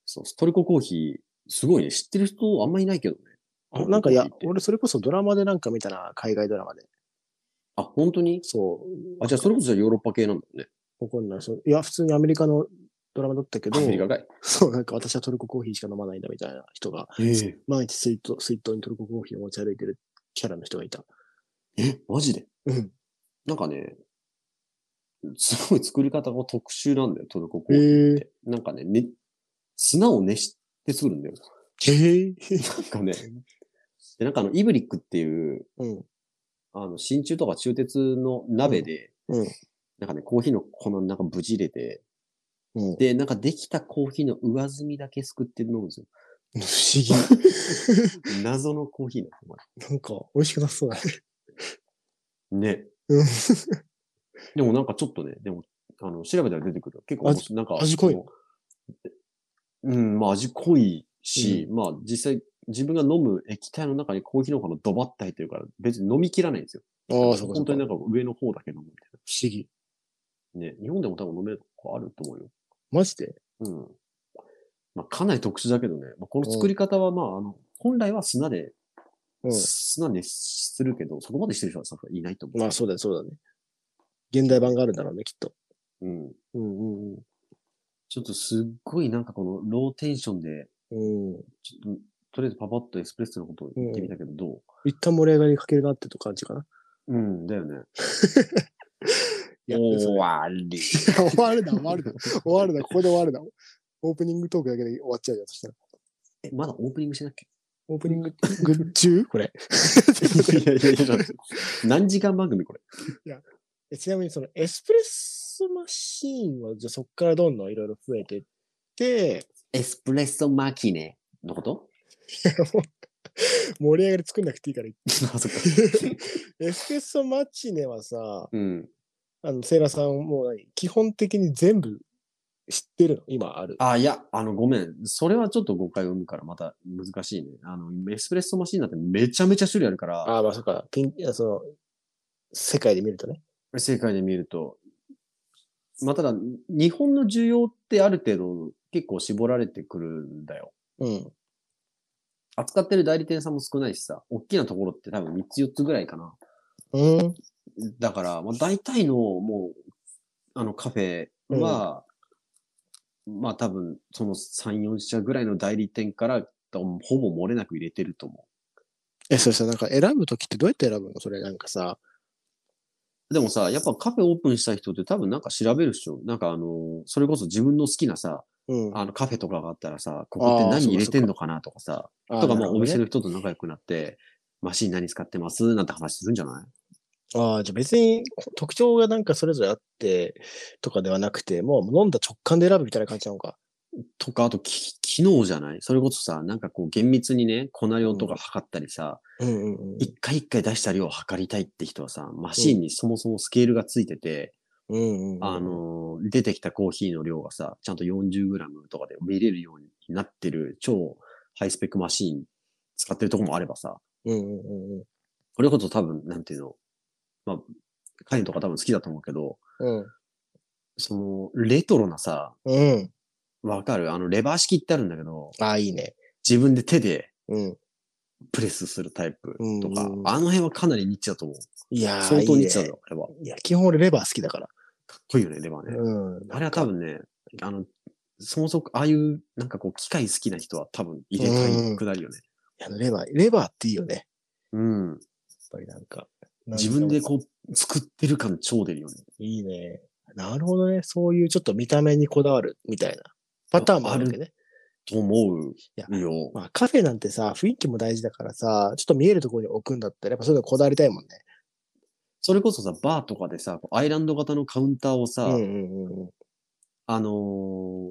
Speaker 2: そう、トルココーヒー、すごいね。知ってる人あんまいないけどね。
Speaker 1: あなんかいや
Speaker 2: トルコ、コーヒーって
Speaker 1: 俺それこそドラマでなんか見たな、海外ドラマで。
Speaker 2: あ、本当に
Speaker 1: そう。
Speaker 2: あ、じゃあそれこそヨーロッパ系なんだよね。
Speaker 1: わかんない。そういや、普通にアメリカのドラマだったけど
Speaker 2: ア、メリカかい。
Speaker 1: そう、なんか私はトルココーヒーしか飲まないんだみたいな人が、
Speaker 2: え
Speaker 1: 毎日スイート、スイートにトルココーヒーを持ち歩いてるキャラの人がいた。
Speaker 2: え、マジで
Speaker 1: うん。
Speaker 2: なんかね、すごい作り方が特殊なんだよ、トルココ
Speaker 1: へ
Speaker 2: ーヒー
Speaker 1: え
Speaker 2: って。なんかねね、砂を熱して作るんだよ。
Speaker 1: ー。へえ
Speaker 2: なんか
Speaker 1: [LAUGHS]
Speaker 2: ね、でなんかあの、イブリックっていう、
Speaker 1: うん。
Speaker 2: あの、真鍮とか鍮鉄の鍋で、
Speaker 1: うんうん
Speaker 2: なんかね、コーヒーの粉の中ぶち入れて、
Speaker 1: うん。
Speaker 2: で、なんかできたコーヒーの上澄みだけすくって飲むんですよ。
Speaker 1: 不思議。
Speaker 2: 謎のコーヒーなんです
Speaker 1: [LAUGHS]
Speaker 2: よ
Speaker 1: なんか、美味しくなさそうだね。
Speaker 2: これね。
Speaker 1: うん。
Speaker 2: でもなんかちょっとね、でも、あの、調べたら出てくるよ。結構面
Speaker 1: 味
Speaker 2: 白い、なんか。
Speaker 1: 味濃い
Speaker 2: そのうん、まあ味濃いし、まあ実際自分が飲む液体の中にコーヒーの粉のドバッと入ってるから、別に飲み切らないんですよ。
Speaker 1: ああ、そうかそ
Speaker 2: 本
Speaker 1: う
Speaker 2: 当
Speaker 1: か。
Speaker 2: に
Speaker 1: 不
Speaker 2: な
Speaker 1: 思
Speaker 2: んか上の方だけ飲むみた
Speaker 1: 議。
Speaker 2: いな。ね、日本でも多分飲めるとこあると思うよ。
Speaker 1: マジで
Speaker 2: うん。まあかなり特殊だけどね、まあ、この作り方はまあ、あの、本来は砂で、
Speaker 1: うん。
Speaker 2: 砂でするけど、そこまでしてる人はさすがにいないと思う。
Speaker 1: まあ、そうだね、そうだね。現代版があるんだろうね、きっと。
Speaker 2: うん。
Speaker 1: うんうんうん。
Speaker 2: ちょっとすっごいなんかこのローテンションで、
Speaker 1: うん。
Speaker 2: ちょっと、とりあえずパパッとエスプレッソのことを言ってみたけど、ど
Speaker 1: 一旦盛り上がりかけるなってと感じかな。
Speaker 2: ううん、だよね。
Speaker 1: いやそれ
Speaker 2: わり。
Speaker 1: いや [LAUGHS] 終わるな、終わるな。終わるな、ここで終わるな。オープニングトークだけで終わっちゃうじゃん、そしたら。
Speaker 2: え、まだオープニングしてなっけ
Speaker 1: オープニング中これ。
Speaker 2: いやいやいやちょっと何時間番組これ。
Speaker 1: えちなみにそのエスプレッソマシーンは、じゃあそっからどんどんいろいろ増えて [LAUGHS] って、
Speaker 2: エスプレッソマキネのこと
Speaker 1: もう盛り上がり作んなくていいから。
Speaker 2: あ、そっか。
Speaker 1: エスプレッソマチネはさ、
Speaker 2: うん。
Speaker 1: あの、セイラさんもう何基本的に全部知ってるの今ある。
Speaker 2: あ、いや、あの、ごめん。それはちょっと誤解を生むから、また難しいね。あの、エスプレッソマシンなんてめちゃめちゃ種類あるから、
Speaker 1: ああ、まあそっか。ピン、あその、世界で見るとね。
Speaker 2: 世界で見ると。まあ、ただ、日本の需要ってある程度結構絞られてくるんだよ。
Speaker 1: うん。
Speaker 2: 扱ってる代理店さんも少ないしさ、大きなところって多分3つ4つぐらいかな。
Speaker 1: うん。
Speaker 2: だから、まあ、大体のもう、あのカフェは、まあ多分その3、4社ぐらいの代理店からとほぼ漏れなく入れてると思
Speaker 1: え、それさ、なんか選ぶときってどうやって選ぶのそれなんかさ、
Speaker 2: う。でもさ、やっぱカフェオープンした人って多分なんか調べるっしょ。なんかあの、それこそ自分の好きなさ、
Speaker 1: うん。
Speaker 2: あのカフェとかがあったらさ、ここって
Speaker 1: あー
Speaker 2: 何
Speaker 1: そうか
Speaker 2: 入れてんのかなとかさ、
Speaker 1: あー
Speaker 2: とか
Speaker 1: な
Speaker 2: ま
Speaker 1: る
Speaker 2: あ
Speaker 1: ほど
Speaker 2: お店
Speaker 1: ね
Speaker 2: の人と仲良くなって、マシン何使ってますなんて話するんじゃない
Speaker 1: ああ、じゃあ別にこ特徴がなんかそれぞれあってとかではなくて、もう飲んだ直感で選ぶみたいな感じなのか。
Speaker 2: とか、あとき、昨日じゃないそれこそさ、なんかこう厳密にね、粉量とか測ったりさ、
Speaker 1: うんうんうん
Speaker 2: 一回一回出した量を測りたいって人はさ、マシンにそもそもスケールがついてて、
Speaker 1: うんうん。
Speaker 2: あ、のー、出てきたコーヒーの量がさ、ちゃんと 40g とかで見れるようになってる超ハイスペックマシン使ってるとこもあればさ、
Speaker 1: うんうんうん
Speaker 2: これこそ多分、なんていうの、まあ、カインとか多分好きだと思うけど、
Speaker 1: うん。
Speaker 2: その、レトロなさ、
Speaker 1: うん。うん。
Speaker 2: わかるあの、レバー式ってあるんだけど、
Speaker 1: ああ、いいね。
Speaker 2: 自分で手で
Speaker 1: うん。
Speaker 2: プレスするタイプとか、
Speaker 1: うん
Speaker 2: あの辺はかなりニッチだと思う。
Speaker 1: いやー、
Speaker 2: 相当
Speaker 1: いい
Speaker 2: ニ
Speaker 1: ね
Speaker 2: ッチなんだよ、あれは。
Speaker 1: いや、基本俺レバー好きだから。
Speaker 2: かっこいいよね、レバーね。
Speaker 1: うん。
Speaker 2: あれは多分ね、あの、そもそも、ああいう、なんかこう、機械好きな人は多分入れ替えくなるよね。
Speaker 1: あのレバー、レバーっていいよね。やっ
Speaker 2: うん。
Speaker 1: ぱりなんか。
Speaker 2: 自分で
Speaker 1: う。
Speaker 2: こう、作ってる感超出るよね。
Speaker 1: いいね。なるほどね。そういうちょっと見た目にこだわるみたいなパターンもあるわけね。
Speaker 2: と思
Speaker 1: いや
Speaker 2: うよ。
Speaker 1: まあカフェなんてさ、雰囲気も大事だからさ、ちょっと見えるところに置くんだったら、やっぱそういうのこだわりたいもんね。
Speaker 2: それこそさ、バーとかでさ、こうアイランド型のカウンターをさ、
Speaker 1: うんうんうんうん。
Speaker 2: あの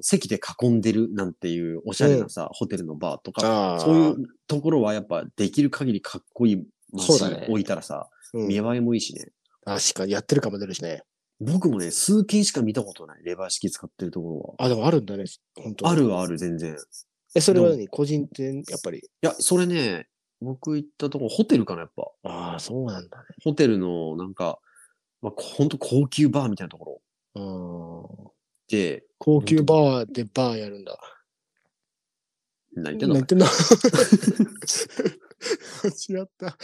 Speaker 2: ー席で囲んでるなんていうおしゃれなさ、ホテルのバーとか、
Speaker 1: ああ。
Speaker 2: そういうところはやっぱできる限りかっこいいマシ
Speaker 1: そうだね
Speaker 2: ン置いたらさ、
Speaker 1: うん
Speaker 2: 見栄えもいいしね。
Speaker 1: 確かにやってるかも出るしね。
Speaker 2: 僕もね、数件しか見たことない、レバー式使ってるところは。
Speaker 1: あ、でもあるんだね。本当
Speaker 2: あるはある、全然。
Speaker 1: え、それは
Speaker 2: で
Speaker 1: 何個人店、やっぱり。
Speaker 2: いや、それね、僕行ったとこ、ホテルかな、やっぱ。
Speaker 1: ああ、そうなんだね。
Speaker 2: ホテルの、なんか、まあ、ほんと高級バーみたいなところ
Speaker 1: うん。
Speaker 2: で、
Speaker 1: 高級バーでバーやるんだ。
Speaker 2: 何言っ
Speaker 1: 何
Speaker 2: てん
Speaker 1: 言
Speaker 2: の
Speaker 1: ってん
Speaker 2: [LAUGHS]
Speaker 1: の違った。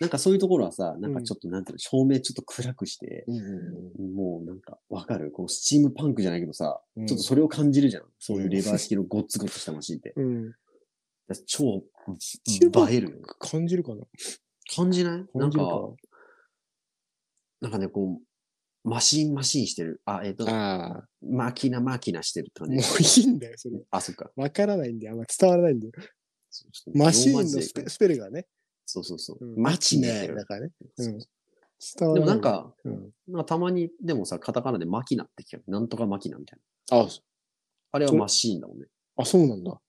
Speaker 2: なんかそういうところはさ、なん
Speaker 1: う
Speaker 2: か
Speaker 1: ん
Speaker 2: ちょっと、なんていうの、照明ちょっと暗くして、
Speaker 1: うんうん
Speaker 2: もうなんか、わかるこう、スチームパンクじゃないけどさ、
Speaker 1: うん
Speaker 2: ちょっとそれを感じるじゃん。そういうレバー式のゴッツゴツしたマシ
Speaker 1: [LAUGHS]
Speaker 2: ンって。
Speaker 1: うん。
Speaker 2: だから超、
Speaker 1: チーム
Speaker 2: 映えるよね。
Speaker 1: 感じるかな
Speaker 2: 感じないな
Speaker 1: 感
Speaker 2: ん
Speaker 1: じる
Speaker 2: か
Speaker 1: か、
Speaker 2: なんかね、こう、マシンマシンしてる。あ、えっ、と、
Speaker 1: ああ。
Speaker 2: マキナマキナしてるって感
Speaker 1: もう
Speaker 2: じ。
Speaker 1: いいんだよ、それ。
Speaker 2: あ、そっか。
Speaker 1: わからないんで、あんま伝わらないんだよ。
Speaker 2: そうちょっと
Speaker 1: マシーン
Speaker 2: ロ
Speaker 1: の
Speaker 2: マ字で
Speaker 1: スペスペルがね。
Speaker 2: そうそうそう。
Speaker 1: うん
Speaker 2: マチネ
Speaker 1: ね
Speaker 2: ってる
Speaker 1: だからね。う
Speaker 2: そ
Speaker 1: ん
Speaker 2: う。
Speaker 1: 伝わ
Speaker 2: で
Speaker 1: ら
Speaker 2: も
Speaker 1: な。
Speaker 2: ないん、か、
Speaker 1: うん。
Speaker 2: まあ、たまに、でもさ、カタカナでマキナって聞く。なんとかマキナみたいな。
Speaker 1: あ、
Speaker 2: あれは
Speaker 1: そう
Speaker 2: マシーンだもんね。
Speaker 1: あ、そうなんだ。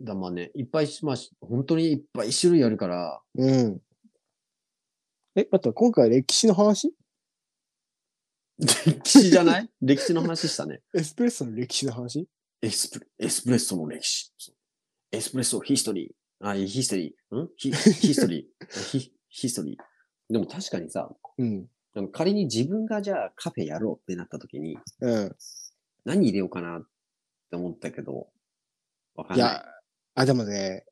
Speaker 2: だまあね、いっぱいし、まあ、し本当にいっぱい種類あるから、
Speaker 1: うん。え、待って、今回歴史の話
Speaker 2: 歴史じ
Speaker 1: [LAUGHS]
Speaker 2: ゃない歴史の話したね。
Speaker 1: エスプレッソの歴史の話
Speaker 2: エスプレエスプレッソの歴史。エスプレッソヒストリー。あ、いいヒストリー。ん [LAUGHS] ヒヒストリー。ヒヒストリー。でも確かにさ、
Speaker 1: うん。
Speaker 2: あの仮に自分がじゃあカフェやろうってなった時に、
Speaker 1: うん。
Speaker 2: 何入れようかなって思ったけど、わかん
Speaker 1: い
Speaker 2: ない
Speaker 1: や。、あ、でもね、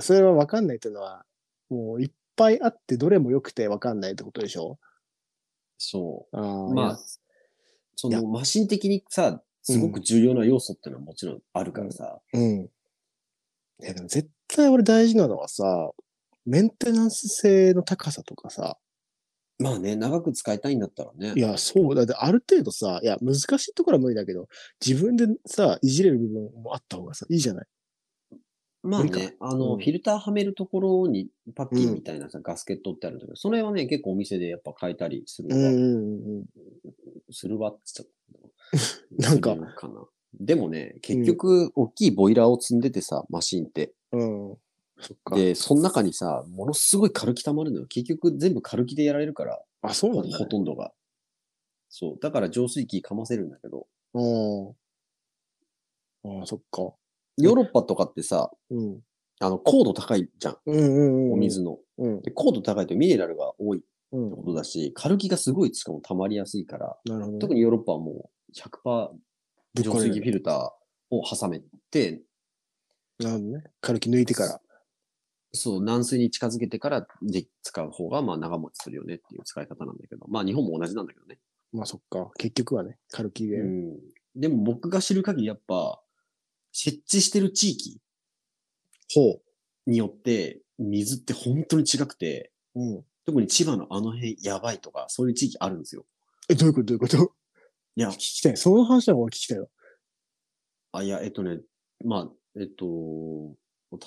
Speaker 1: それはわかんないっていうのは、もういっぱいあってどれも良くてわかんないってことでしょ
Speaker 2: そ
Speaker 1: あ
Speaker 2: う。
Speaker 1: ー
Speaker 2: まあ、、そ
Speaker 1: い
Speaker 2: の
Speaker 1: や
Speaker 2: マシン的にさ、すごく重要な要素っていうのはもちろんあるからさ、
Speaker 1: いやうん。いや、でも絶対俺大事なのはさ、メンテナンス性の高さとかさ、
Speaker 2: まあね、長く使いたいんだったらね。
Speaker 1: いや、そう、だってある程度さ、いや、難しいところは無理だけど、自分でさ、いじれる部分もあった方がさ、いいじゃない。
Speaker 2: まあ
Speaker 1: 無理
Speaker 2: ね、あの、
Speaker 1: うん
Speaker 2: フィルターはめるところにパッキンみたいなさ、ガスケットってあるんだけど、それはね、結構お店でやっぱ変えたりする
Speaker 1: う
Speaker 2: わ、
Speaker 1: んうんうん。
Speaker 2: するわって言っちゃったけ
Speaker 1: [LAUGHS]
Speaker 2: ど。
Speaker 1: なんか
Speaker 2: するのなでもね、結局、大きいボイラーを積んでてさ、マシンって。
Speaker 1: うん。そっか。
Speaker 2: で、その中にさ、ものすごい軽気溜まるのよ。結局、全部軽気でやられるから、
Speaker 1: あ、そうなんだ、
Speaker 2: ほ
Speaker 1: ね。
Speaker 2: とんどが。そう。だから浄水器かませるんだけど、
Speaker 1: うん。ああ、そっか。
Speaker 2: ヨーロッパとかってさ、
Speaker 1: うん。
Speaker 2: あの、高度高いじゃん。
Speaker 1: うんうんうん。
Speaker 2: お。水の。
Speaker 1: うん。
Speaker 2: で高度高いとミネラルが多いって
Speaker 1: うん。
Speaker 2: ことだし、軽気がすごいしかも溜まりやすいから、
Speaker 1: なるほど、ね。
Speaker 2: 特にヨーロッパはもう
Speaker 1: ぶ
Speaker 2: 100%
Speaker 1: っ
Speaker 2: 浄
Speaker 1: 壊れ
Speaker 2: 水
Speaker 1: る
Speaker 2: 器フィルターを挟めて、
Speaker 1: なるほどね。軽き抜いてから。
Speaker 2: そう、軟水に近づけてからで使う方が、まあ長持ちするよねっていう使い方なんだけど、まあ日本も同じなんだけどね。
Speaker 1: まあそっか。結局はね、軽きで。
Speaker 2: うん。でも僕が知る限りやっぱ、設置してる地域、
Speaker 1: ほ
Speaker 2: によって、水って本当に違くて、
Speaker 1: う。うん。
Speaker 2: 特に千葉のあの辺やばいとか、そういう地域あるんですよ。
Speaker 1: え、どういうことどういうこと
Speaker 2: いや
Speaker 1: 聞、きたい。その話の方が聞きたいわ。
Speaker 2: あ、いや、えっとね、まあ、えっと、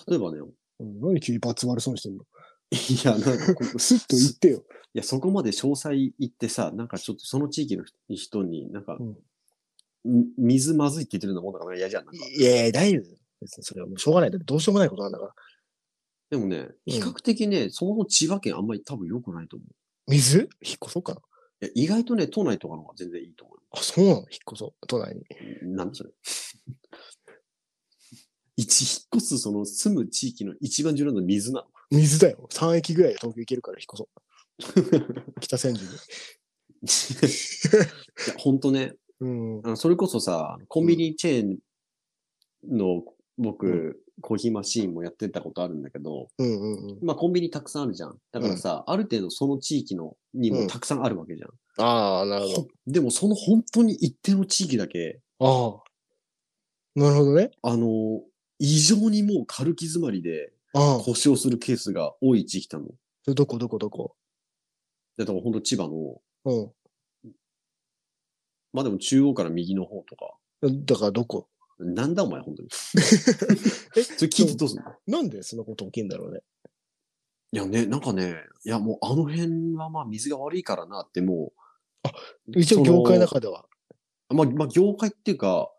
Speaker 2: 例えばね、
Speaker 1: うん、何急にバツ丸損してんの
Speaker 2: いや、な
Speaker 1: [LAUGHS]
Speaker 2: んかここ、い
Speaker 1: スッと言ってよ。
Speaker 2: や、そこまで詳細言ってさ、なんかちょっとその地域の人に、なんか、
Speaker 1: うん
Speaker 2: み水まずいって言ってるようなもんだから嫌じゃん。なんか
Speaker 1: いやいや、大丈夫だよ。別にそれはもうしょうがない。だってどうしようもないことなんだから。
Speaker 2: でもね、比較的ね、そもそも千葉県あんまり多分良くないと思う。
Speaker 1: 水引っ越そうかな。
Speaker 2: いや、意外とね、都内とかの方が全然いいと思う。
Speaker 1: あ、そうなの引っ越そう。都内に。
Speaker 2: なんだそれ。 [LAUGHS] 一、引っ越す、その、住む地域の一番重要なのは水なの。
Speaker 1: 水だよ。3駅ぐらいで東京行けるから引っ越
Speaker 2: [LAUGHS]
Speaker 1: そう。北千住に。
Speaker 2: いや、ほんとね、
Speaker 1: うん。
Speaker 2: あのそれこそさ、コンビニチェーンの、僕、
Speaker 1: う
Speaker 2: コーヒーマシーンもやってたことあるんだけど、
Speaker 1: うんうんうん。
Speaker 2: まあコンビニたくさんあるじゃん。だからさ、ある程度その地域のに
Speaker 1: う
Speaker 2: も
Speaker 1: ん
Speaker 2: たくさんあるわけじゃん。
Speaker 1: ああ、なる
Speaker 2: ほでもその本当に一定の地域だけ、
Speaker 1: ど。ああ。なるほどね。
Speaker 2: あの、異常にもう軽気詰まりで
Speaker 1: ああ。そ
Speaker 2: 腰をするケースが多い地域なの。
Speaker 1: れどこどこどこ
Speaker 2: だからほんと千葉の、
Speaker 1: うん。
Speaker 2: まあでも中央から右の方とか。
Speaker 1: だからどこ [LAUGHS]
Speaker 2: なんだお前、本当に。
Speaker 1: え
Speaker 2: それ聞いてどうすんの
Speaker 1: なんでそんなこと起きんだろうね。
Speaker 2: いやね、なんかね、いやもうあの辺はまあ水が悪いからなってもう。
Speaker 1: 一応
Speaker 2: その
Speaker 1: 業界の中では。
Speaker 2: まあ、まあ業界っていうか、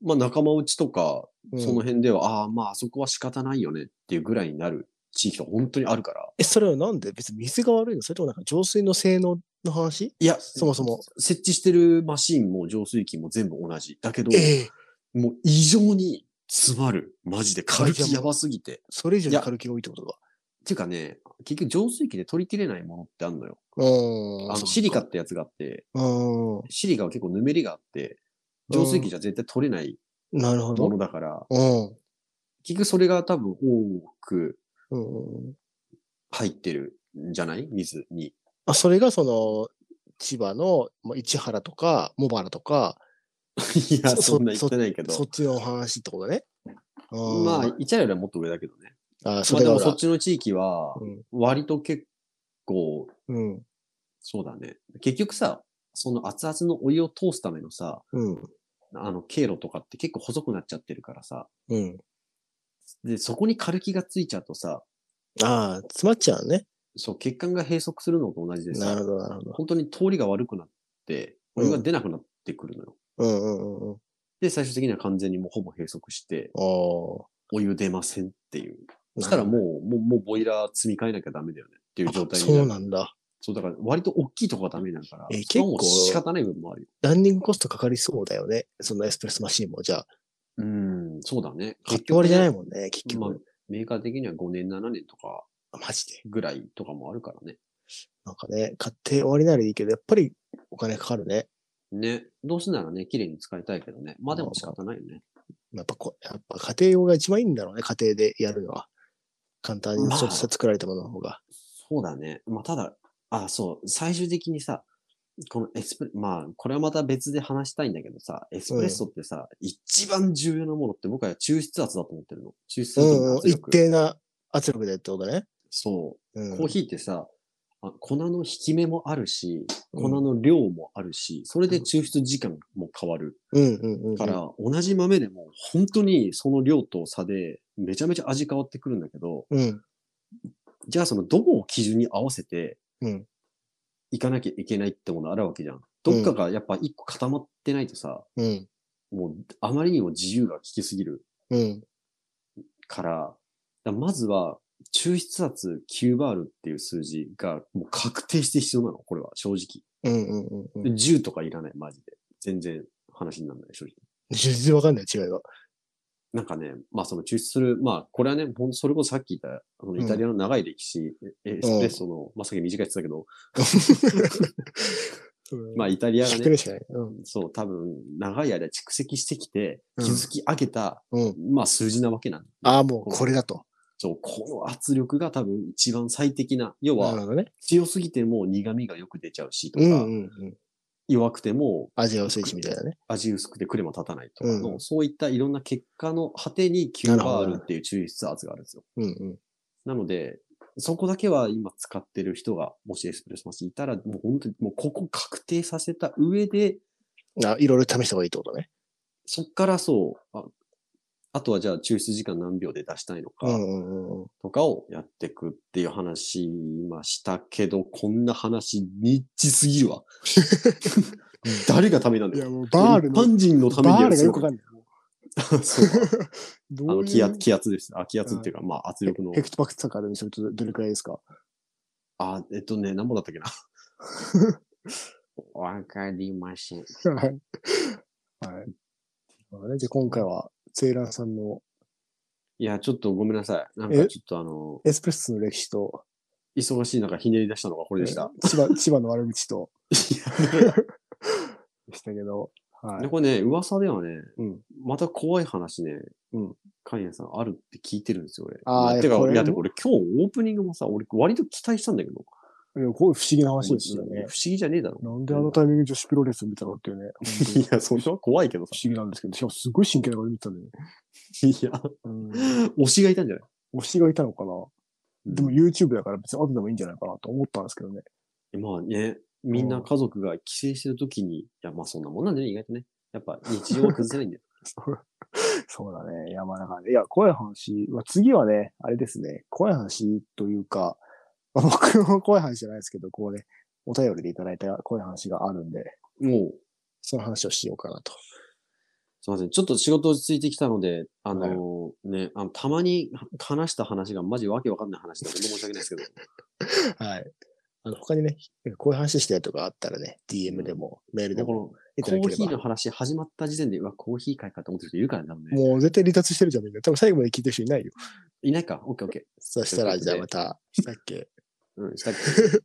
Speaker 2: まあ仲間内とか、
Speaker 1: うん
Speaker 2: その辺では、ああまああそこは仕方ないよねっていうぐらいになる地域が本当にあるから。
Speaker 1: え、それはなんで別に水が悪いのそれともなんか浄水の性能の話
Speaker 2: いや、
Speaker 1: そもそも。
Speaker 2: 設置してるマシンも浄水器も全部同じ。だけど、
Speaker 1: ええ
Speaker 2: もう異常に詰まる。マジで軽
Speaker 1: あじゃあ
Speaker 2: 気やばすぎて。っ
Speaker 1: それ以上
Speaker 2: い
Speaker 1: に
Speaker 2: や
Speaker 1: 軽気が多いってことか。
Speaker 2: ていうかね、結局浄水器で取り切れないものってあるのよ。
Speaker 1: うん
Speaker 2: あのシリカ。ってやつがあって、
Speaker 1: うん。
Speaker 2: シリカは結構ぬめりがあって、浄水器じゃ絶対取れない
Speaker 1: なるほ
Speaker 2: も
Speaker 1: ど
Speaker 2: の。だから、
Speaker 1: うん。
Speaker 2: 結局それが多分多く
Speaker 1: うん、
Speaker 2: 入ってるんじゃない水に。
Speaker 1: あそれがその、千葉のまあ市原とか、茂原とか、
Speaker 2: いや、
Speaker 1: そ
Speaker 2: そんな言ってないけど
Speaker 1: そ。っちの話ってことね。うん
Speaker 2: まあ、イチャよりはもっと上だけどね。
Speaker 1: あ、そ
Speaker 2: まあ
Speaker 1: れ
Speaker 2: で
Speaker 1: が
Speaker 2: も
Speaker 1: ほら、
Speaker 2: そっちの地域は、割と結構、
Speaker 1: うん。うん。
Speaker 2: そうだね。結局さ、その熱々のお湯を通すためのさ、
Speaker 1: うん。
Speaker 2: あの経路とかって結構細くなっちゃってるからさ。
Speaker 1: うん。
Speaker 2: で、そこに軽気がついちゃうとさ、
Speaker 1: ああ、詰まっちゃうね。
Speaker 2: そう、血管が閉塞するのと同じでさ
Speaker 1: な、るほど、なるほど。
Speaker 2: 本当に通りが悪くなって、
Speaker 1: うん
Speaker 2: お湯が出なくなってくるのよ。
Speaker 1: うんうんうんうん。
Speaker 2: で、最終的には完全にもうほぼ閉塞して、
Speaker 1: お
Speaker 2: お湯出ませんっていう。そしたら
Speaker 1: う
Speaker 2: もう、もう、もうボイラー積み替えなきゃダメだよねっていう状態になる。
Speaker 1: そうなんだ。
Speaker 2: そうだから割と大きいとこがダメになるから、
Speaker 1: え
Speaker 2: そこはもう
Speaker 1: 結構
Speaker 2: 仕方ない部分もあるよ。
Speaker 1: ランニングコストかかりそうだよね。そのエスプレスマシンも。じゃあ、
Speaker 2: うん、そうだね。
Speaker 1: 買って終わりじゃない
Speaker 2: ん。
Speaker 1: もんね、結局。
Speaker 2: まあ、メーカー的には5年、7年とか
Speaker 1: マジで。
Speaker 2: ぐらいとかもあるからね。
Speaker 1: なんかね、買って終わりならいいけど、やっぱりお金かかるね。
Speaker 2: ね。どうせならね、綺麗に使いたいけどね。まあでも仕方ないよね。
Speaker 1: やっぱこう、やっぱ家庭用が一番いいんだろうね、家庭でやるのは。簡単に
Speaker 2: まあ
Speaker 1: ちょっとした作られたものの方が。
Speaker 2: そうだね。まあ、ただ、あ、そう、最終的にさ、このエスプレ、まあ、これはまた別で話したいんだけどさ、エスプレッソってさ、一番重要なものって僕は抽出圧だと思ってるの。抽出圧
Speaker 1: う
Speaker 2: の
Speaker 1: んうん、
Speaker 2: 圧
Speaker 1: 一
Speaker 2: 力。
Speaker 1: 定な圧力でってことね。
Speaker 2: そうう。
Speaker 1: ん、
Speaker 2: コーヒーってさ、あ粉の引き目もあるし、
Speaker 1: うん
Speaker 2: 粉の量もあるし、それで抽出時間も変わる。
Speaker 1: うんうんうん。
Speaker 2: だから、同じ豆でも、本当にその量と差で、めちゃめちゃ味変わってくるんだけど、
Speaker 1: うん。
Speaker 2: じゃあそのどこを基準に合わせて
Speaker 1: うん。
Speaker 2: いかなきゃいけないってものあるわけじゃん。どっかがやっぱ一個固まってないとさ、
Speaker 1: うん。
Speaker 2: もうあまりにも自由が利きすぎる
Speaker 1: うん。
Speaker 2: から、だからまずは、抽出圧9バールっていう数字がもう確定して必要なの、これは正直。
Speaker 1: うんうんうんうん。
Speaker 2: 10とかいらない、マジで。全然話にならない、正直。
Speaker 1: 全然わかんない違い [LAUGHS] は。
Speaker 2: なんかね、まあその抽出する、まあこれはね、ほんそれこそさっき言った、あのイタリアの長い歴史、えエスプレッソの、まあさっき短いって言ってたけど、まあイタリアが
Speaker 1: 100年
Speaker 2: ね、
Speaker 1: しかない。うん。
Speaker 2: そう、多分長い間蓄積してきて、
Speaker 1: うん
Speaker 2: 築き上げた、
Speaker 1: うん。
Speaker 2: まあ数字なわけなんで
Speaker 1: ああ、もうこれだと。
Speaker 2: そう、この圧力が多分一番最適な、要
Speaker 1: なる
Speaker 2: は
Speaker 1: ほどね。
Speaker 2: 強すぎても苦味がよく出ちゃうしと
Speaker 1: う
Speaker 2: か、
Speaker 1: んうんうん。
Speaker 2: 弱くても
Speaker 1: 味が薄いしみたいなね。
Speaker 2: 味薄くてクレマ立たないとか
Speaker 1: う
Speaker 2: の、
Speaker 1: ん
Speaker 2: そういったいろんな結果の果てにキューバールっていう抽出圧があるんですよ。
Speaker 1: うんうん。
Speaker 2: なので、そこだけは今使ってる人が、もしエスプレッソマシンいたら、もう本当に、もうここ確定させた上で、
Speaker 1: あいろいろ試した方がいいってことね。
Speaker 2: そっからそう、ああとはじゃあ抽出時間何秒で出したいのか
Speaker 1: うんうんうんうん。
Speaker 2: とかをやっていくっていう話ましたけど、こんな話ニッチすぎ
Speaker 1: [LAUGHS]
Speaker 2: るわ。 [LAUGHS] 誰がためなんだ
Speaker 1: いや
Speaker 2: よ。
Speaker 1: もうバール
Speaker 2: 一
Speaker 1: の、
Speaker 2: 般人のため
Speaker 1: バ
Speaker 2: に
Speaker 1: ー
Speaker 2: や
Speaker 1: ルが
Speaker 2: る必
Speaker 1: よ
Speaker 2: 要
Speaker 1: くわかんない。 [LAUGHS]
Speaker 2: そう
Speaker 1: ど
Speaker 2: あ
Speaker 1: うい
Speaker 2: の気圧
Speaker 1: う
Speaker 2: 気圧です。あ気圧っていうか、まあ圧力の
Speaker 1: ヘ。クトパクとかあるんでそれとどれくらいですか [LAUGHS]
Speaker 2: あ、えっとね、何本だったっけな。わかりません。
Speaker 1: はい。はい。まあねじゃあ今回は、セイランさんの
Speaker 2: いや、ちょっとごめんなさい。なん
Speaker 1: え
Speaker 2: かちょっとあの、
Speaker 1: エスプレッソの歴史と、
Speaker 2: 忙しい中ひねり出したのがこれでした。
Speaker 1: 千葉、 [LAUGHS] 千葉の悪口と、
Speaker 2: いや
Speaker 1: でしたけど、は
Speaker 2: で
Speaker 1: い。
Speaker 2: これね、噂ではね、
Speaker 1: うん
Speaker 2: また怖い話ね、
Speaker 1: うん、
Speaker 2: カイエさんあるって聞いてるんですよ、俺。
Speaker 1: あー
Speaker 2: いやて
Speaker 1: やっぱこ
Speaker 2: か、
Speaker 1: れ
Speaker 2: いや、でも俺今日オープニングもさ、俺割と期待したんだけど。
Speaker 1: いやこういう不思議な話ですよ
Speaker 2: 不
Speaker 1: ね
Speaker 2: 思。議じゃねえだろ。
Speaker 1: なんであのタイミングで女子プロレス見たのっていうね、本当に
Speaker 2: [LAUGHS] いや、それは怖いけどさ
Speaker 1: 不。思議なんですけど、しかもすごい真剣な顔で見てたんだよね。
Speaker 2: いや、
Speaker 1: うん。
Speaker 2: 推しがいたんじゃない
Speaker 1: 推しがいたのかなでも YouTube だから別に後でもいいんじゃないかなと思ったんですけどね。 [LAUGHS]
Speaker 2: まあね、みんな家族が帰省してるときに、いや、まあそんなもんなんじゃね意外とね。やっぱ日常は崩せないんだ
Speaker 1: [LAUGHS]
Speaker 2: よ。
Speaker 1: そうだね。いや、まあだからね、いや、怖い話、まあ、次はね、あれですね、怖い話というか、 [LAUGHS] まあ、僕も怖い話じゃないですけど、こうね、お便りでいただいた怖い話があるんで、
Speaker 2: もう、
Speaker 1: その話をしようかなと。 [LAUGHS]
Speaker 2: すいません。ちょっと仕事落ち着いてきたので、あの
Speaker 1: はい
Speaker 2: ね、あのたまに話した話がマジわけわかんない話で、本当申し訳ないですけど、
Speaker 1: はい。あの、他にね、こういう話してるとかあったらね、DM でも、メールでも
Speaker 2: こ
Speaker 1: [LAUGHS] い
Speaker 2: の
Speaker 1: た
Speaker 2: コ
Speaker 1: だけ
Speaker 2: ー
Speaker 1: れ
Speaker 2: ヒーの
Speaker 1: ば。
Speaker 2: 話始まった時点で、うわ、コーヒー会かと思ってる人いるからね、多分ね。
Speaker 1: もう絶対離脱してるじゃん、みんな。多分最後まで聞いてる人いないよ。
Speaker 2: いないかオッケーオッケー。
Speaker 1: そしたら、じゃあまた、したっけ
Speaker 2: うん、したっけ